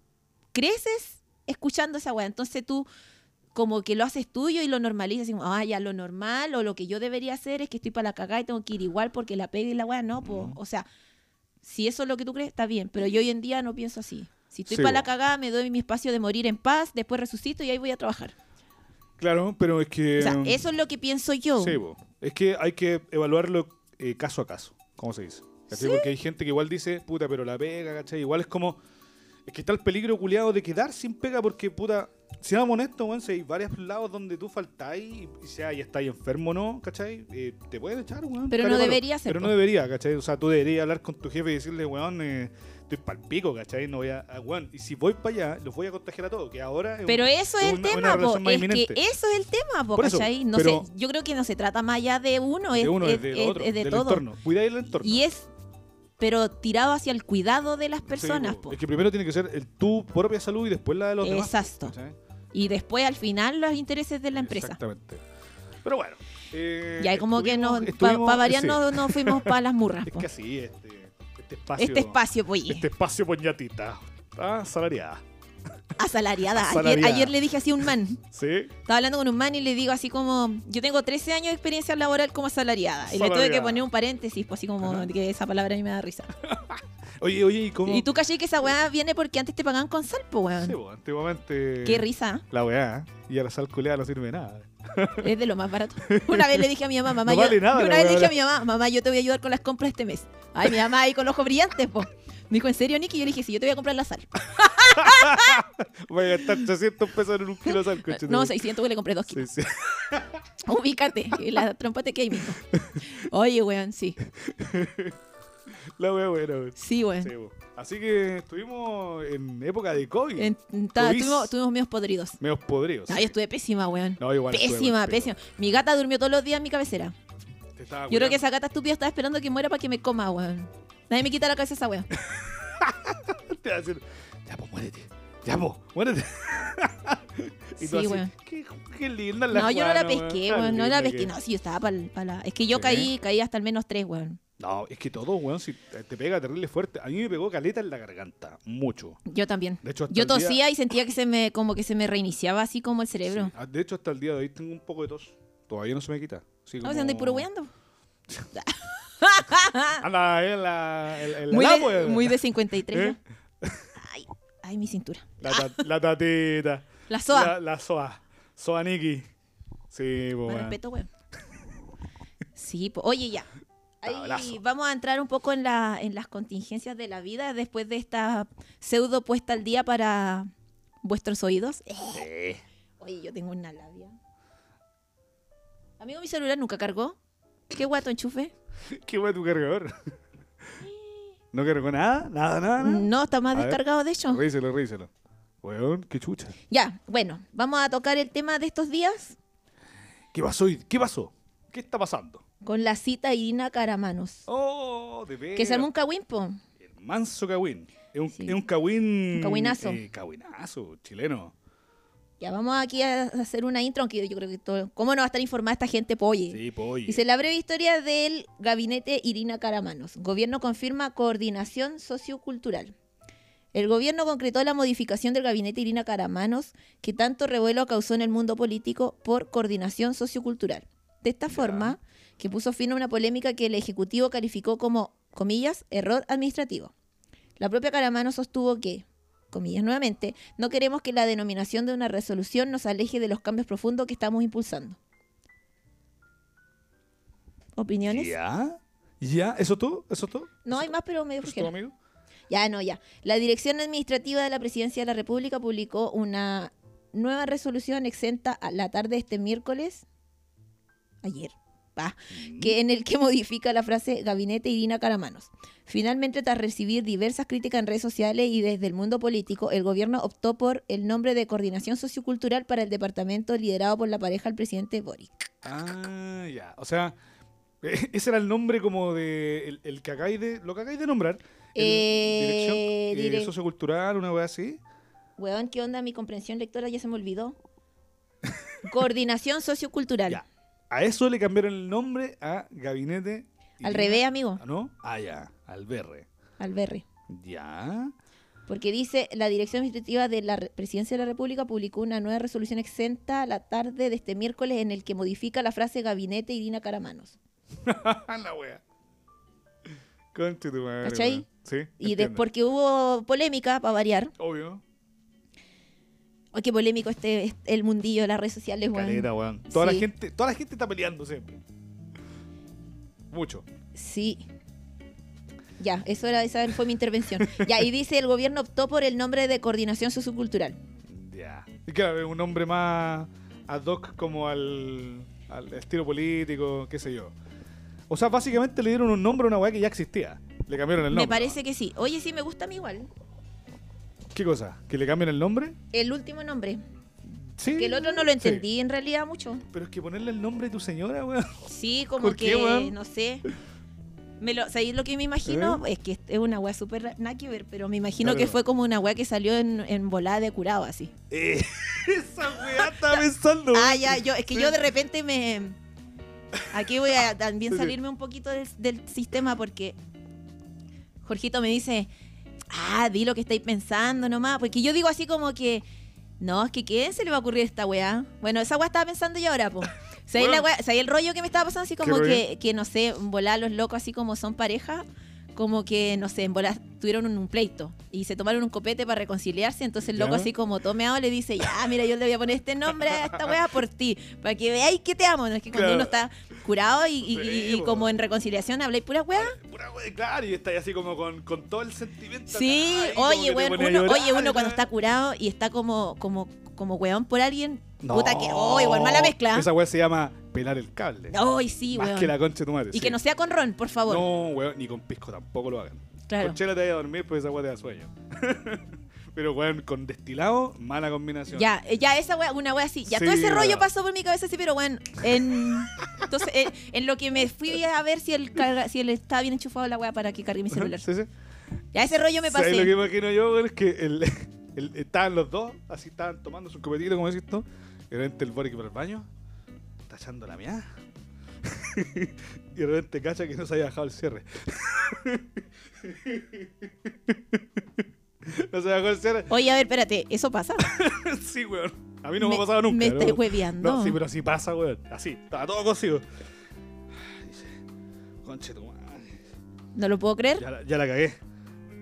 A: creces escuchando esa wea. Entonces tú como que lo haces tuyo y lo normalizas. Y como, ah, ya lo normal o lo que yo debería hacer es que estoy para la cagada y tengo que ir igual porque la pega y la wea no. po".
B: Ujú.
A: O sea, si eso es lo que tú crees, está bien. Pero yo hoy en día no pienso así. Si estoy
B: Sí,
A: para la
B: bo.
A: cagada, me doy mi espacio de morir en paz, después resucito y ahí voy a trabajar.
B: Claro, pero es que.
A: O sea,
B: um,
A: eso es lo que pienso yo.
B: sí, po. es que hay que evaluarlo eh, caso a caso, como se dice. ¿Cachai? Porque hay gente que igual dice, puta, pero la pega, ¿cachai? Igual es como. Es que está el peligro culiado de quedar sin pega porque, puta, seamos honestos, weón, si hay varios lados donde tú faltáis, y sea ya estáis enfermo o no, ¿cachai? Eh, te pueden echar, weón.
A: Pero
B: cara
A: no
B: de palo.
A: debería ser,
B: Pero
A: po.
B: no debería, ¿cachai? O sea, tú deberías hablar con tu jefe y decirle, weón, eh, estoy palpico, ¿cachai? No voy a. ah, weón, y si voy para allá, los voy a contagiar a todos, que ahora. es
A: Pero
B: un-
A: eso es el
B: una- una
A: tema, po.
B: relación más
A: Es
B: inminente.
A: que eso es el tema, po,
B: Por eso,
A: ¿cachai? No
B: pero-
A: sé, yo creo que no se trata más allá de uno, es,
B: de uno,
A: es-
B: es del
A: es-
B: otro,
A: es de
B: del
A: todo.
B: entorno. Cuidar el entorno.
A: Y es, pero tirado hacia el cuidado de las
B: Sí,
A: personas,
B: po.
A: po.
B: Es que primero tiene que ser el, tu propia salud y después la de los demás.
A: Exacto.
B: ¿cachai?
A: Y después, al final, los intereses de la empresa.
B: Exactamente. Pero bueno. eh,
A: Ya, como que
B: estuvimos-
A: nos, para
B: estuvimos-
A: variar,
B: sí,
A: no, no fuimos para las murras,
B: Es
A: po.
B: que así, este, este espacio.
A: Este espacio, pues,
B: Este espacio poñatita. Está asalariada.
A: asalariada. Ayer,
B: Asalariada.
A: ayer le dije así a un man.
B: ¿Sí?
A: Estaba hablando con un man y le digo así como, yo tengo 13 años de experiencia laboral como asalariada. Y le tuve que
B: Asalariada.
A: poner un paréntesis, pues así como
B: Ajá.
A: que esa palabra a mí me da risa.
B: Oye, oye, ¿y cómo?
A: Y tú caché que esa weá viene porque antes te pagaban con sal, po, weón.
B: Sí, pues. po, antiguamente.
A: Qué risa. ¿eh?
B: La weá. ¿eh? Y a la sal culeada no sirve de nada.
A: Es de lo más barato. Una vez le dije a mi mamá, mamá,
B: No
A: yo,
B: vale nada
A: yo una
B: la
A: vez le
B: weá,
A: dije a mi mamá, mamá, yo te voy a ayudar con las compras este mes. Ay, mi mamá ahí con los ojos brillantes, po. Me dijo, ¿en serio, Nicky? Yo le dije, sí, yo te voy a comprar la sal.
B: Voy a gastar 300 pesos en un kilo de sal, coche.
A: No, 600, porque le compré dos
B: Sí,
A: kilos.
B: sí.
A: Ubícate, que la trompa te queda ahí mismo. Oye, weón, sí.
B: La weá, buena, weón.
A: Sí, weón.
B: Sí, po. Así que estuvimos en época de COVID.
A: En- ta-
B: Tuvís-
A: tuvimos, tuvimos medios podridos.
B: Medios podridos.
A: Ay, estuve pésima, weón.
B: No, igual. estuve Ah,
A: Pésima,
B: mal, pero
A: pésima. Mi gata durmió todos los días en mi cabecera.
B: te estaba
A: Yo creo que
B: cuidando.
A: esa gata estúpida estaba esperando que muera para que me coma, weón. Nadie me quita la cabeza esa weón.
B: Te va a decir, ya, pues muérete. Ya, pues, muérete. y
A: Sí,
B: tú así,
A: weón.
B: qué, qué linda la
A: No, yo no la
B: Juana,
A: pesqué,
B: tan
A: weón. No la
B: linda
A: pesqué.
B: que-
A: No, sí, yo estaba para la. Es que yo
B: Sí.
A: caí, caí hasta al menos tres, weón.
B: No, es que todo, weón, si te te pega terrible fuerte. A mí me pegó caleta en la garganta, mucho.
A: Yo también.
B: De hecho, hasta
A: Yo
B: el día-
A: tosía y sentía que se me, como que se me reiniciaba así como el cerebro.
B: Sí. Ah, De hecho, hasta el día de hoy tengo un poco de tos. Todavía no se me quita. Así
A: No,
B: como-
A: se andáis puro weando.
B: Anda, en Ah, la. En, en la
A: Muy, de-
B: lapa, weón.
A: muy de 53,
B: ¿Eh?
A: ¿no? Ay, ay, mi cintura.
B: La, ta- la tatita.
A: La soa.
B: La, la soa. Soa Nikki. Sí, po,
A: Más
B: weón.
A: respeto, weón. Sí, po. oye, ya. Ahí
B: Abrazo.
A: vamos a entrar un poco en, la, en las contingencias de la vida después de esta pseudo puesta al día para vuestros oídos.
B: Sí.
A: Oye, yo tengo una labia. Amigo, mi celular nunca cargó. ¿Qué guato enchufe?
B: ¿Qué fue tu cargador? ¿No cargó nada? ¿Nada, nada? nada?
A: No, está más
B: Ah. A ver.
A: descargado, de hecho.
B: Ríselo, ríselo. Weón, qué chucha.
A: Ya, bueno, vamos a tocar el tema de estos días
B: ¿Qué pasó? hoy? ¿Qué pasó? ¿Qué está pasando?
A: con la cita Irina Caramanos.
B: Oh, de veras.
A: Que se armó un cagüimpo.
B: El manso cagüín. Es un,
A: Sí.
B: es un cagüín...
A: Un cagüinazo.
B: eh, cagüinazo, chileno.
A: Ya, vamos aquí a hacer una intro, aunque yo creo que todo... ¿Cómo no va a estar informada esta gente, po, oye?
B: Sí, po, oye.
A: Dice la breve historia del gabinete Irina Caramanos. Gobierno confirma coordinación sociocultural. El gobierno concretó la modificación del gabinete Irina Caramanos, que tanto revuelo causó en el mundo político por coordinación sociocultural. De esta forma, que puso fin a una polémica que el Ejecutivo calificó como, comillas, error administrativo. La propia Caramanos sostuvo que, comillas nuevamente, no queremos que la denominación de una resolución nos aleje de los cambios profundos que estamos impulsando. ¿Opiniones?
B: ¿Ya? ¿Ya? ¿Eso todo? ¿Eso todo?
A: No hay más, pero medio
B: ¿Eso todo,
A: flojera.
B: amigo?
A: Ya, no, ya. La Dirección Administrativa de la Presidencia de la República publicó una nueva resolución exenta a la tarde de este miércoles. Ayer. pa, que en el que modifica la frase Gabinete Irina Caramanos. Finalmente, tras recibir diversas críticas en redes sociales y desde el mundo político, el gobierno optó por el nombre de Coordinación Sociocultural para el departamento liderado por la pareja del presidente Boric.
B: Ah, ya. O sea, eh, ese era el nombre como de el, el que acabáis de, lo que acabáis de nombrar. El- dirección
A: Eh,
B: eh,
A: direc-
B: sociocultural, una wea así.
A: Weón, ¿qué onda? Mi comprensión lectora ya se me olvidó. Coordinación sociocultural.
B: Ya. A eso le cambiaron el nombre a gabinete.
A: Al
B: Irina-
A: revés, amigo.
B: Ah, ¿No? Ah, ya. Al BR.
A: Al berre.
B: Ya.
A: Porque dice, la Dirección Administrativa de la Re- Presidencia de la República publicó una nueva resolución exenta a la tarde de este miércoles en el que modifica la frase gabinete Irina Caramanos.
B: la wea. Conche tu madre.
A: ¿Cachai?
B: weón. Sí.
A: Y
B: entiendo.
A: después porque hubo polémica, para variar.
B: Obvio.
A: Ay, qué polémico este, este- el mundillo de las redes sociales, weón.
B: Caleta, weón. Toda, la
A: Sí.
B: gente, toda la gente está peleando siempre. Mucho.
A: Sí. Ya, eso era, esa fue mi intervención. Ya, y dice, el gobierno optó por el nombre de coordinación sociocultural.
B: Ya. Y claro, es un hombre más ad hoc como al, al estilo político, qué sé yo. O sea, básicamente le dieron un nombre a una weá que ya existía. Le cambiaron el nombre.
A: Me parece que sí. Oye, sí, me gusta a mí igual.
B: ¿Qué cosa? ¿Que le cambien el nombre?
A: El último nombre.
B: Sí.
A: Que el otro no lo
B: sí.
A: entendí en realidad mucho.
B: Pero es que ponerle el nombre de tu señora, weón.
A: Sí, como
B: ¿Por qué,
A: que,
B: weón?
A: no sé. Me lo, ¿Sabéis lo que me imagino? Es que es una weá súper nada que ver, pero me imagino
B: Claro.
A: que fue como una weá que salió en, en volada de curado, así.
B: Eh, esa weá estaba pensando.
A: Ah, ya, yo, es que
B: Sí.
A: yo de repente me. Aquí voy a también
B: Sí, sí.
A: salirme un poquito del, del sistema porque Jorgito me dice, ah, di lo que estáis pensando nomás. Porque yo digo así como que, no, es que ¿qué se le va a ocurrir a esta weá? Bueno, esa weá estaba pensando yo ahora, po. ¿Sabéis la
B: Bueno.
A: weá- sabéis el rollo que me estaba pasando? Así como
B: rollo?
A: que, que, no sé, volar los locos así como son pareja. Como que, no sé, en bolas tuvieron un, un pleito y se tomaron un copete para reconciliarse. Entonces el loco
B: Ya.
A: así como tomeado le dice, ya, mira, yo le voy a poner este nombre a esta weá por ti, para que veáis que te amo. No es que cuando
B: Claro.
A: uno está curado y, y- y-
B: Sí,
A: y
B: po.
A: como en reconciliación habláis pura weá.
B: Pura weá, claro, y está ahí así como con, con todo el sentimiento.
A: Sí,
B: acá, ahí como que
A: oye,
B: te
A: weón,
B: pone a
A: uno,
B: llorar,
A: oye, uno
B: ¿no?
A: cuando está curado y está como, como, como weón por alguien,
B: No.
A: puta que, oh, igual mala mezcla.
B: Esa weá se llama pelar el cable.
A: Ay, sí,
B: Más
A: weón.
B: que la concha de tu madre.
A: Y que no sea con ron, por favor.
B: No, weón, ni con pisco tampoco lo hagan.
A: claro.
B: Con chela te vayas a dormir, pues esa weá te da sueño. Pero weón, con destilado, mala combinación.
A: Ya, eh, ya esa wea, una wea así. Ya
B: Sí,
A: todo ese rollo
B: weón.
A: pasó por mi cabeza así, pero bueno, en, entonces, eh, en lo que me fui a ver si el carga- si él estaba bien enchufado la wea para que cargue mi celular.
B: Sí, sí.
A: Ya ese rollo me
B: ¿Sabes
A: pasé.
B: lo que imagino yo, weón? Es que el- el- estaban los dos, así estaban tomando su copetito, como decís tú. Y de repente el Boric para el baño, está echando la mía. y de repente cacha que no se había bajado el cierre. no se bajó el cierre.
A: Oye, a ver, espérate, ¿eso pasa?
B: sí, weón. A mí no me, ha pasado nunca.
A: Me
B: ¿no?
A: estoy hueveando.
B: No, sí, pero así pasa, weón. Así, estaba todo cosido. Dice, Conche tu madre.
A: No lo puedo creer.
B: Ya, la- ya la cagué.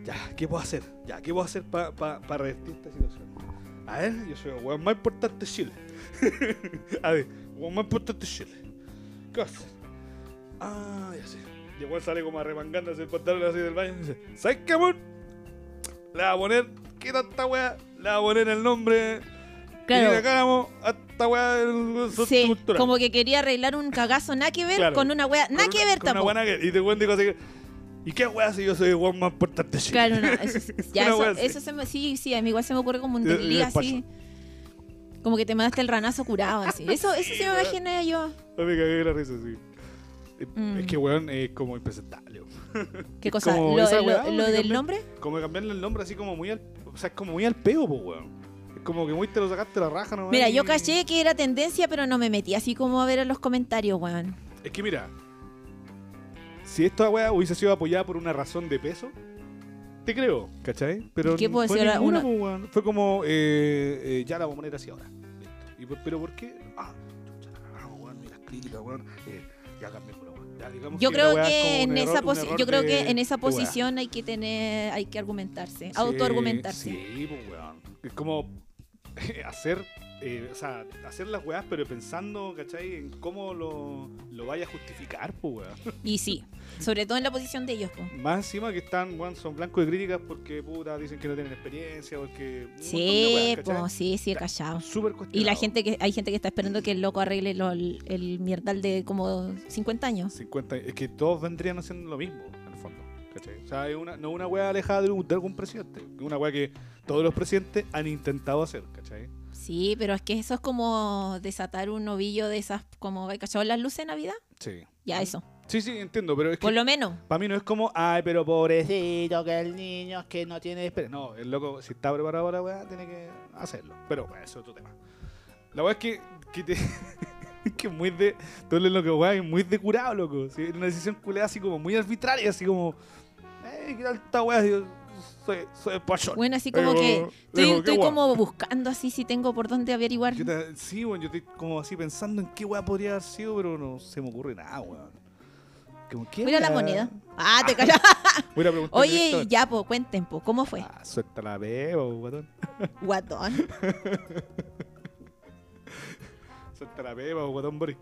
B: Ya, ¿qué puedo hacer? Ya, ¿qué puedo hacer para pa, pa revertir esta situación? A ver, yo soy el weón más importante de Chile. A ver, weón más importante de Chile. ¿Qué voy a hacer? Ah, ya sé. Y el weón sale como arremangando hacia el pantalón así del baño y dice, ¿sabes qué, amor? Le va a poner, ¿qué tanta weá? Le va a poner el nombre.
A: Claro.
B: Y acá vamos a esta weá del
A: Sí,
B: cultural.
A: como que quería arreglar un cagazo nada que ver
B: Claro.
A: con una wea
B: Con
A: nada
B: una-
A: que ver
B: con una
A: tampoco.
B: weá nada que ver. Y te weón dijo así que, ¿y qué weá si yo soy el weón más importante de Chile?
A: Claro, no, eso, es- ya
B: Una
A: eso,
B: wea así.
A: eso se me, sí, sí, a mí igual se me ocurre como un
B: Y- y
A: desliz
B: despacho.
A: así. Como que te mandaste el ranazo curado así. Eso, eso sí me imaginé yo.
B: No me cagué de la risa, sí. Eh,
A: Mm.
B: Es que, weón, es como impresentable. weón.
A: ¿Qué cosa?
B: como
A: ¿Lo,
B: esa
A: lo-
B: weá,
A: lo
B: básicamente.
A: del nombre?
B: Como cambiarle el nombre así como muy al... O sea, es como muy al peo, po, weón. Es como que muy te lo sacaste la raja nomás.
A: Mira, yo
B: y-
A: caché que era tendencia, pero no me metí así como a ver en los comentarios, weón.
B: Es que mira, si esta weá hubiese sido apoyada por una razón de peso, te creo, ¿cachai? Pero
A: ¿Qué
B: no
A: puedo
B: fue
A: decir ahora?
B: ninguna,
A: Una-
B: po, weón. Fue como, eh, eh, ya la vamos a poner así ahora. Listo. ¿Y por- ¿Pero por qué? Ah, chucha, la cagamos, weón, y las críticas, weón. Eh, ya cambiamos la weá. Ya digamos
A: Yo
B: la
A: creo
B: weá es como
A: que
B: un
A: en
B: error-
A: esa
B: un
A: posi-
B: error
A: yo creo
B: de-
A: que en esa
B: de weá.
A: posición hay que tener hay que argumentarse,
B: Sí,
A: autoargumentarse.
B: Sí, pues, weón. Es como hacer, eh, o sea, hacer las weas, pero pensando, ¿cachai? En cómo lo, lo vaya a justificar, pues, weón.
A: Y sí, sobre todo en la posición de ellos, po.
B: Más encima que están, weón, son blancos de críticas porque, puta, dicen que no tienen experiencia, porque... un montón de
A: Sí,
B: weas, ¿cachai?
A: po, sí, sí,
B: Ya.
A: callado.
B: Súper cuestionado.
A: Y la gente que hay gente que está esperando que el loco arregle lo- el mierdal de como 50 años.
B: 50, es que todos vendrían haciendo lo mismo, en el fondo. ¿Cachai? O sea, es una, no es una wea alejada de, un- de algún presidente. Es una wea que todos los presidentes han intentado hacer, ¿cachai?
A: Sí, pero es que eso es como desatar un novillo de esas como ¿hay cachado las luces de Navidad?
B: Sí.
A: Ya eso.
B: Ah, Sí, sí, entiendo, pero es que...
A: Por lo menos.
B: Para mí no es como, ay, pero pobrecito, que el niño es que no tiene experiencia. No, el loco, si está preparado para la weá, tiene que hacerlo. Pero, bueno, eso es otro tema. La weá es que, que te- es que muy de. Tú lees lo que weá, es muy de curado, loco. ¿sí? Era Una decisión culeada así como muy arbitraria, así como, eh, qué tal esta weá, yo soy, soy pachón.
A: Bueno, así como
B: Digo,
A: que estoy,
B: digo, qué
A: estoy
B: guau.
A: como buscando así si tengo por dónde averiguar.
B: Yo te- sí, weón, yo estoy como así pensando en qué weá podría haber sido, pero no se me ocurre nada, weón. como, ¿qué
A: Mira la
B: weá?
A: moneda. Ah, te calla.
B: Voy a ir a preguntarle
A: Oye,
B: directamente.
A: ya, po, cuenten, po, ¿cómo fue?
B: Ah, suelta la peo, guatón.
A: Guatón.
B: Suelta la peo, guatón Boris.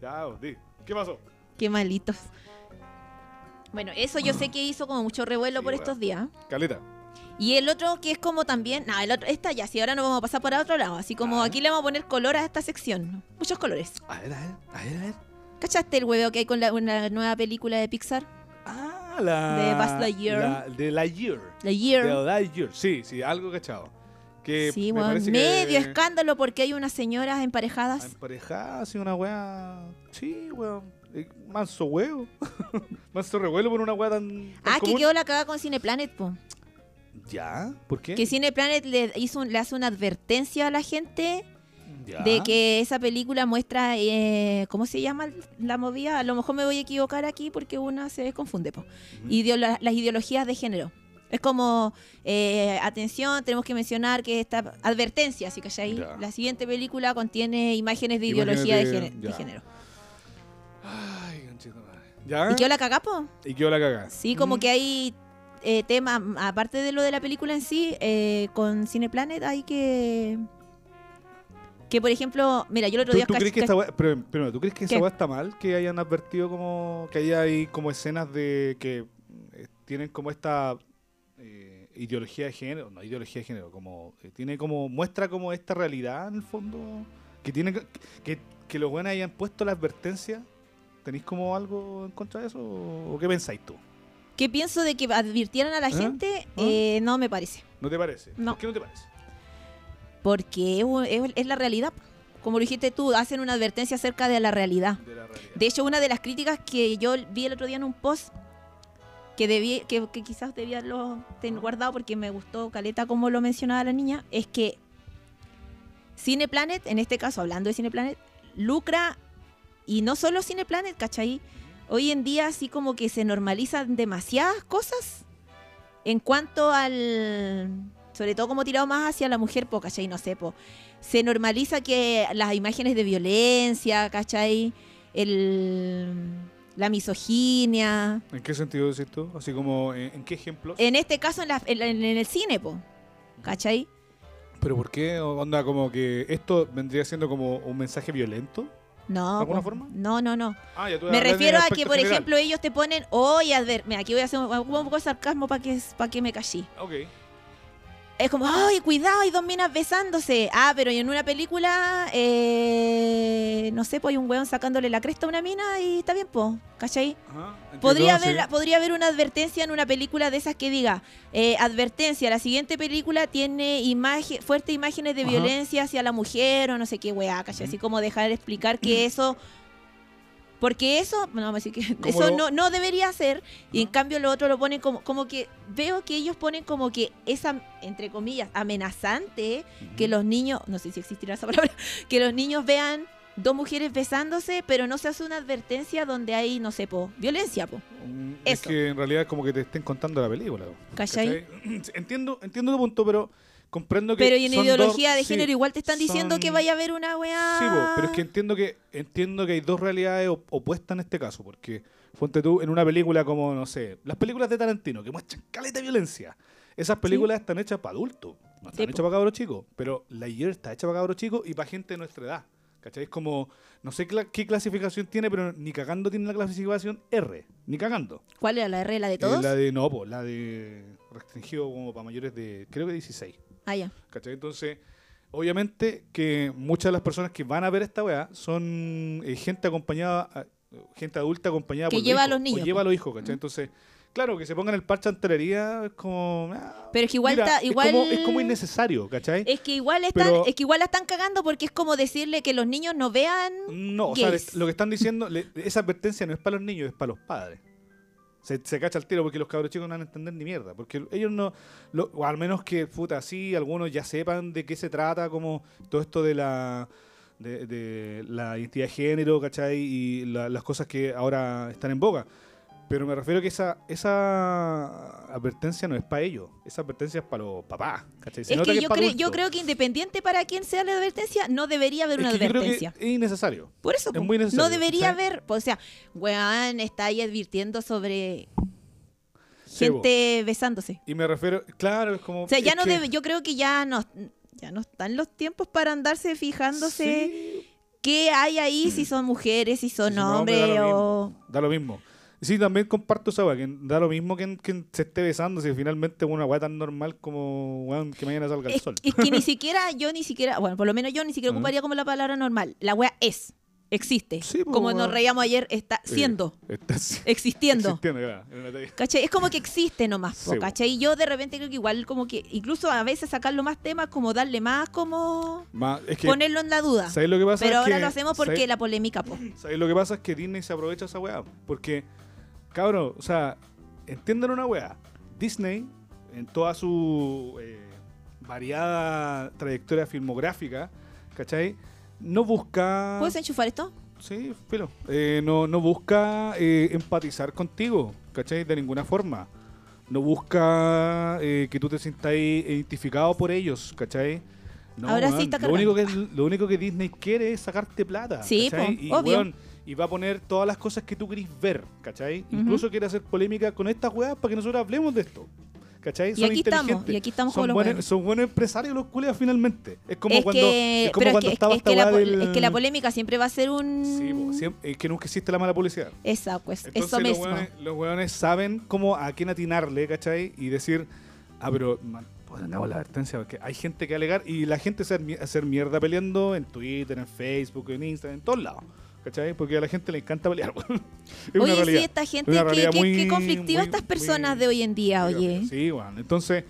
B: Ya, vos, di. ¿Qué pasó?
A: Qué malitos. Bueno, eso yo sé que hizo como mucho revuelo
B: Sí,
A: por
B: weón.
A: estos días.
B: Caleta.
A: Y el otro que es como también. No, el otro. Esta ya, si ahora nos vamos a pasar para otro lado. Así como
B: Ah.
A: aquí le vamos a poner color a esta sección. Muchos colores.
B: A ver, a ver, a ver, a ver.
A: ¿Cachaste el hueveo que hay con la, una nueva película de Pixar?
B: Ah, la.
A: De Buzz Lightyear.
B: la- de la Year.
A: La
B: De
A: Year.
B: la Year. Sí, sí, algo cachado. Que
A: sí,
B: me
A: weón.
B: parece que-
A: Medio escándalo porque hay unas señoras emparejadas.
B: Emparejada, así una weá. Sí, weón. Eh, Manso huevo. Manso revuelo por una weá tan. tan
A: Ah, que
B: común.
A: quedó la cagada con Cineplanet, po.
B: ¿Ya? ¿Por qué?
A: Que Cineplanet le, hizo un- le hace una advertencia a la gente
B: Ya.
A: de que esa película muestra, eh, ¿cómo se llama la movida? A lo mejor me voy a equivocar aquí porque una se confunde, po.
B: Ujú.
A: Ideo- la- las ideologías de género. Es como, eh, atención, tenemos que mencionar que esta advertencia, así que ahí
B: Ya.
A: la siguiente película contiene imágenes de
B: Imágenes
A: ideología de,
B: de-
A: géne- de
B: ya.
A: género.
B: Ay, conchito madre. ¿Ya?
A: ¿Y qué la cagapo?
B: ¿Y qué la cagá?
A: Sí, como que hay eh, temas, aparte de lo de la película en sí, eh, con Cineplanet hay que... Que por ejemplo, mira, yo el otro
B: ¿Tú,
A: día...
B: tú
A: cach-
B: crees que
A: cach-
B: esta weá, pero, pero, ¿tú crees que esa
A: ¿Qué?
B: weá está mal? Que hayan advertido como que hay ahí como escenas de que eh, tienen como esta eh, ideología de género, no ideología de género, como eh, tiene como muestra como esta realidad en el fondo que tiene que que, que los buenos hayan puesto la advertencia. ¿Tenéis como algo en contra de eso o qué pensáis tú?
A: ¿Qué pienso de que advirtieran a la
B: ¿Ah?
A: gente?
B: ¿Ah?
A: Eh, no me parece.
B: ¿No te parece?
A: No.
B: ¿Por qué no te parece?
A: Porque es, un- es- es la realidad. Como lo dijiste tú, hacen una advertencia acerca de la realidad.
B: De la realidad.
A: De hecho, una de las críticas que yo vi el otro día en un post que, debí, que, que quizás debía haberlo ten- guardado porque me gustó Caleta como lo mencionaba la niña, es que Cineplanet, en este caso hablando de Cineplanet, lucra y no solo Cineplanet, ¿cachai? Hoy en día así como que se normalizan demasiadas cosas en cuanto al... Sobre todo como tirado más hacia la mujer, po, ¿cachai? No sé, po. Se normaliza que las imágenes de violencia, ¿cachai? el, la misoginia.
B: ¿En qué sentido decís tú? Así como, eh, ¿en, en qué ejemplos?
A: En este caso, en, la- en- en el cine, po. ¿Cachai?
B: ¿Pero por qué? Onda, como que esto vendría siendo como un mensaje violento.
A: No.
B: ¿De alguna
A: po.
B: forma?
A: No, no, no.
B: Ah, ya tú
A: Me
B: hablas de
A: refiero a que,
B: aspecto
A: por
B: general.
A: ejemplo, ellos te ponen, oye, a ver, mira, aquí voy a hacer un, un poco de sarcasmo para que, pa' que me callé.
B: Ok.
A: Es como, ay, cuidado, hay dos minas besándose. Ah, pero en una película, eh, no sé, pues hay un weón sacándole la cresta a una mina y está bien, po. ¿Cachai?
B: Ajá, entiendo,
A: Podría
B: sí.
A: haber, podría haber una advertencia en una película de esas que diga, eh, advertencia, la siguiente película tiene imagen, fuertes imágenes de
B: Ajá.
A: violencia hacia la mujer o no sé qué weá, ¿cachai? Así como dejar de explicar que eso... Porque eso, no, vamos a decir que
B: Como
A: eso
B: lo-
A: no, no debería ser, y en
B: Ajá.
A: cambio lo otro lo ponen como, como que, veo que ellos ponen como que esa, entre comillas, amenazante, que los niños, no sé si existirá esa palabra, que los niños vean dos mujeres besándose, pero no se hace una advertencia donde hay, no sé, po, violencia, po.
B: Mm, Es
A: eso.
B: que en realidad como que te estén contando la película.
A: ¿Cachai?
B: ¿cachai? Entiendo, entiendo tu punto, pero comprendo que
A: Pero y en
B: son
A: ideología
B: dos-
A: de
B: sí,
A: género igual te están diciendo que
B: son-
A: vaya a haber una weá.
B: Sí, po, pero es que entiendo que entiendo que hay dos realidades op- opuestas en este caso, porque ponte tú en una película como, no sé, las películas de Tarantino que muestran caleta de violencia. Esas películas están hechas para adultos, no están
A: Sí,
B: hechas
A: po.
B: para cabros chicos, pero la Year está hecha para cabros chicos y para gente de nuestra edad. ¿Cachai? Es como, no sé cla- qué clasificación tiene, pero ni cagando tiene la clasificación R, ni cagando.
A: ¿Cuál era la regla de
B: Eh,
A: todos?
B: la de, no, po, la de restringido como para mayores de, creo que 16.
A: Ah, ya.
B: ¿Cachai? Entonces, obviamente que muchas de las personas que van a ver esta weá son eh, gente acompañada, a- gente adulta acompañada
A: Que
B: por
A: lleva a
B: hijos,
A: los niños,
B: O lleva
A: po.
B: a los hijos, ¿cachai? Entonces, claro, que se pongan el parche antelería es como. ah,
A: Pero es que igual
B: mira,
A: está- igual-
B: Es como, es como innecesario, ¿cachai?
A: Es que igual están,
B: Pero-
A: es que igual la están cagando porque es como decirle que los niños no vean.
B: No, o sea,
A: gays.
B: le- lo que están diciendo, le- esa advertencia no es para los niños, es para los padres. Se, se cacha el tiro porque los cabros chicos no van a entender ni mierda. Porque ellos no. lo- o al menos que, puta, sí, algunos ya sepan de qué se trata, como todo esto de la. De, de la identidad de género, ¿cachai? Y la- las cosas que ahora están en boga. Pero me refiero que esa, esa advertencia no es para ellos. Esa advertencia es para los papás. ¿cachai? Se
A: es
B: nota
A: que
B: es
A: yo,
B: pa'
A: creo,
B: adultos.
A: yo creo que independiente para quien sea la advertencia, no debería haber una
B: Es que yo creo que
A: advertencia.
B: es innecesario.
A: Por eso,
B: es
A: po,
B: muy necesario,
A: no debería
B: ¿cachai?
A: haber, po, o sea, weón, está ahí advirtiendo sobre
B: Sí, po.
A: gente besándose.
B: Y me refiero, claro, es como.
A: O sea, ya
B: es
A: no
B: que-
A: debe- yo creo que ya no, ya no están los tiempos para andarse fijándose
B: Sí, Mm.
A: qué hay ahí, si son mujeres, si son
B: Si no, hombre,
A: hombres
B: da lo
A: o...
B: Da lo mismo. Sí, también comparto esa weá, que da lo mismo que quien se esté besando, si finalmente es una weá tan normal como weón, que mañana salga el
A: Es,
B: sol. Mm.
A: es que ni siquiera, yo ni siquiera, bueno, por lo menos yo ni siquiera
B: Ajá.
A: ocuparía como la palabra normal. La wea es, existe.
B: Sí, po,
A: como nos
B: weón.
A: reíamos ayer, está
B: Sí,
A: siendo,
B: Está si-
A: existiendo.
B: existiendo, claro, en una talla.
A: ¿Cachai? Es como que existe nomás, po,
B: Sí, po.
A: ¿cachai? Y yo de repente creo que igual como que, incluso a veces sacarlo más temas, como darle más, como
B: Ma- es que,
A: ponerlo en la duda.
B: ¿sabes lo que pasa?
A: Pero
B: Es
A: ahora
B: que-
A: lo hacemos porque
B: ¿sabes-
A: la polémica, po.
B: ¿Sabes lo que pasa? Es que Disney se aprovecha esa weá. Porque, cabrón, o sea, entiendan una weá. Disney, en toda su eh, variada trayectoria filmográfica, ¿cachai? No busca.
A: ¿Puedes enchufar esto?
B: Sí, filo. Eh, no, no busca eh, empatizar contigo, ¿cachai? De ninguna forma. No busca eh, que tú te sientas identificado por ellos, ¿cachai? No,
A: Ahora sí
B: weón,
A: está
B: lo único, que, lo único que Disney quiere es sacarte plata.
A: Sí,
B: ¿cachai?
A: po,
B: y,
A: obvio.
B: weón, y va a poner todas las cosas que tú querís ver, ¿cachai? Incluso quiere hacer polémica con estas weas para que nosotros hablemos de esto. ¿Cachai?
A: Y aquí estamos,
B: inteligentes.
A: y aquí estamos
B: son
A: como los
B: buenos,
A: weones.
B: son buenos empresarios los culeas finalmente. Es como
A: es,
B: cuando,
A: que,
B: es como
A: pero es
B: cuando
A: que- es
B: estaba
A: que, es que
B: esta
A: la,
B: wea
A: pol-
B: del-
A: es que la polémica siempre va a ser un...
B: Sí, po, siem- es que nunca existe la mala publicidad.
A: Esa, pues,
B: Entonces
A: eso
B: los
A: mismo.
B: hueones, los hueones saben cómo a quién atinarle, ¿cachai? Y decir, ah, pero man, pongamos la advertencia, porque hay gente que alegar y la gente hacer, mi- hacer mierda peleando en Twitter, en Facebook, en Instagram, en todos lados. ¿Cachai? Porque a la gente le encanta pelear. weón. es una
A: Oye,
B: realidad.
A: sí, esta gente,
B: una
A: qué-
B: realidad
A: qué,
B: muy-
A: qué conflictiva
B: muy-
A: estas
B: muy-
A: personas de hoy en día, oye.
B: Sí, weón. Entonces,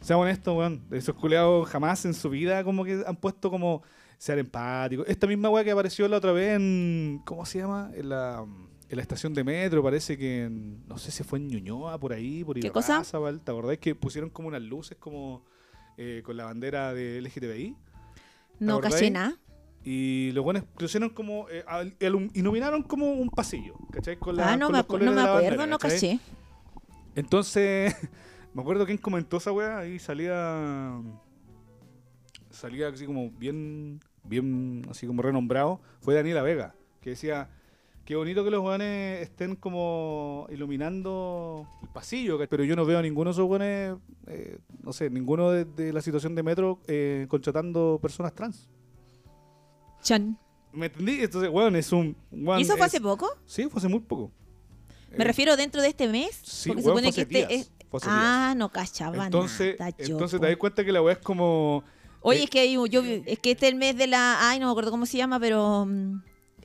B: sean honestos, weón. Esos culeados jamás en su vida como que han puesto como ser empáticos. Esta misma weá que apareció la otra vez en. ¿Cómo se llama? En la, en la estación de metro, parece que en. No sé si fue en Ñuñoa, por ahí, por
A: ¿Qué cosa?
B: Irarrázaval, ¿Te acordás que pusieron como unas luces como. eh, con la bandera de LGTBI?
A: No
B: acordáis?
A: caché nada.
B: Y los buenos pusieron como. eh, al- ilum- iluminaron como un pasillo, ¿cachai? Con la-
A: Ah, no
B: con
A: me,
B: los
A: acu-
B: colores
A: no me
B: de la
A: acuerdo,
B: bandera,
A: no
B: ¿cachai?
A: caché.
B: Entonces, me acuerdo quién comentó esa weá y salía. Salía así como bien. Bien, así como renombrado. Fue Daniela Vega, que decía. Qué bonito que los weones estén como iluminando el pasillo, ¿cachai? pero yo no veo a ninguno de esos weones, eh, no sé, ninguno de, de la situación de metro eh, contratando personas trans.
A: Chan.
B: ¿Me entendí? Entonces, weón, es un. weón,
A: ¿Y eso fue
B: es-
A: hace poco?
B: Sí, fue hace muy poco.
A: Me
B: Eh,
A: refiero dentro de este mes.
B: Sí,
A: porque
B: weón,
A: supone
B: fue hace
A: que este
B: días,
A: es-
B: fue hace
A: Ah, no cachaba
B: Entonces,
A: nada. yo,
B: entonces
A: po.
B: te das cuenta que la weá es como.
A: Oye,
B: eh,
A: es que hay un- yo vi- es que este es el mes de la. Ay, no me acuerdo cómo se llama, pero. mm,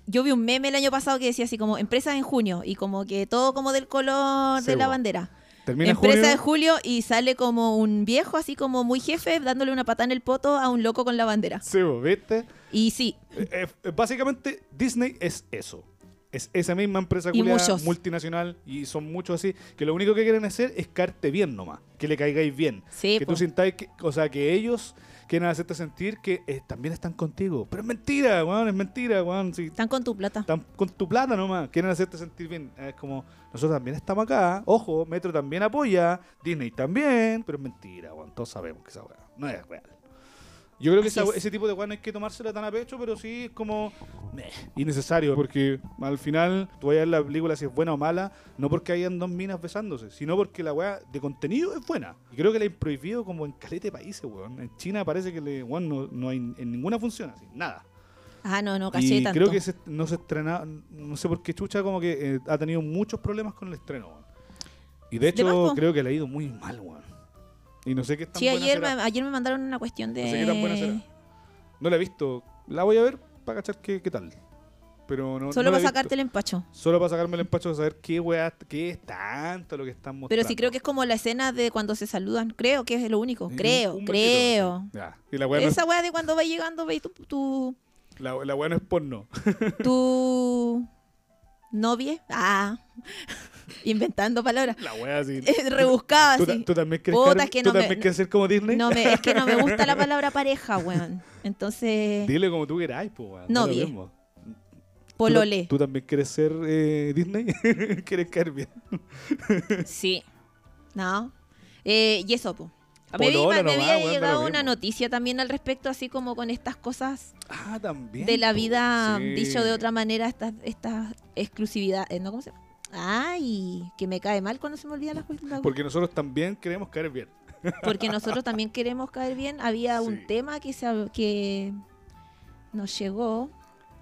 A: yo vi un meme el año pasado que decía así como empresas en junio y como que todo como del color de
B: Sí,
A: la
B: po.
A: bandera.
B: Termina
A: Empresa
B: junio,
A: de julio y sale como un viejo así como muy jefe dándole una patada en el poto a un loco con la bandera.
B: Sí, vos, ¿viste?
A: Y sí,
B: Eh, eh, eh, básicamente, Disney es eso. Es esa misma empresa
A: Y
B: culiá,
A: muchos.
B: multinacional y son muchos así, que lo único que quieren hacer es caerte bien nomás, que le caigáis bien.
A: Sí, pues,
B: que
A: po.
B: tú sintáis, que, o sea, que ellos quieren hacerte sentir que eh, también están contigo. Pero es mentira, weón, es mentira, weón. Si
A: están con tu plata.
B: están con tu plata nomás, quieren hacerte sentir bien. Es como, nosotros también estamos acá, ojo, Metro también apoya, Disney también, pero es mentira, weón, todos sabemos que esa weá no es real. Yo creo que
A: Así
B: esa-
A: es.
B: ese tipo de weá no hay que tomársela tan a pecho, pero sí es como meh, innecesario, porque al final tú vas a ver la película si es buena o mala, no porque hayan dos minas besándose, sino porque la weá de contenido es buena. Y creo que la han prohibido como en calete de países, weón. En China parece que le, weón, no, no hay en ninguna función así, nada
A: Ah, no, no caché
B: y
A: tanto.
B: creo que se- no se estrenaba, no sé por qué Chucha como que eh, ha tenido muchos problemas con el estreno. weón. Y de hecho
A: más, po.
B: creo que le ha ido muy mal, weón. Y no sé qué tan
A: Sí,
B: buena
A: ayer me,
B: será.
A: ayer me mandaron una cuestión de.
B: No sé qué tan buena será. No la he visto. La voy a ver para cachar qué, qué tal. Pero no
A: Solo
B: no
A: para
B: la he
A: sacarte
B: visto.
A: el empacho.
B: Solo para sacarme el empacho de saber qué weá, qué es tanto lo que están mostrando. Mm,
A: Pero sí creo que es como la escena de cuando se saludan. Creo que es lo único.
B: Un-
A: Creo,
B: un besito,
A: creo.
B: así. Ya. Y la weá no es-
A: Esa weá de cuando va llegando, veis tu, tu,
B: la- la weá no es porno.
A: tu novia. Ah. Inventando palabras.
B: La weá así.
A: Rebuscada
B: ¿Tú, ta-
A: así.
B: tú también quieres
A: Puta,
B: caer-
A: es que
B: tú
A: no me-
B: también quieres ser como Disney?
A: No me, es que no me gusta la palabra pareja, weón. Entonces.
B: Dile como tú queráis, pues, weón.
A: No,
B: da lo
A: bien.
B: mismo.
A: Pololé.
B: ¿Tú, también quieres ser eh, Disney? ¿Quieres caer bien?
A: Sí. No. Eh, y eso, po. A mí me,
B: Polola
A: me
B: nomás,
A: había
B: weón, da lo
A: llegado una
B: mismo.
A: noticia también al respecto, así como con estas cosas
B: Ah, también.
A: de la
B: po.
A: vida, mm,
B: Sí.
A: dicho de otra manera, estas estas exclusividades, eh, ¿no? ¿Cómo se llama? Ay, que me cae mal cuando se me olvida la cuestión.
B: Porque nosotros también queremos caer bien.
A: Porque nosotros también queremos caer bien. Había
B: Sí.
A: un tema que, se, hab- que nos llegó.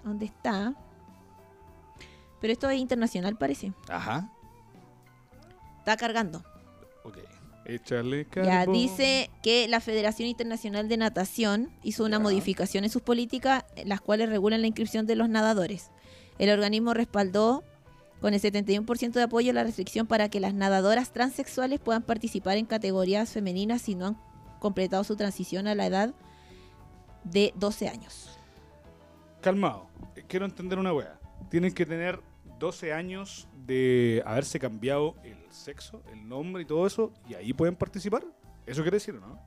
A: ¿Dónde está? Pero esto es internacional, parece.
B: Ajá.
A: Está cargando.
B: Ok. Échale
A: Ya
B: carbón.
A: dice que la Federación Internacional de Natación hizo una
B: Ya.
A: modificación en sus políticas, eh, las cuales regulan la inscripción de los nadadores. El organismo respaldó con el 71% de apoyo la restricción para que las nadadoras transexuales puedan participar en categorías femeninas si no han completado su transición a la edad de 12 años.
B: Calmado. Eh, Quiero entender una wea. Tienen que tener 12 años de haberse cambiado el sexo, el nombre y todo eso, y ahí pueden participar. ¿Eso quiere decir o no?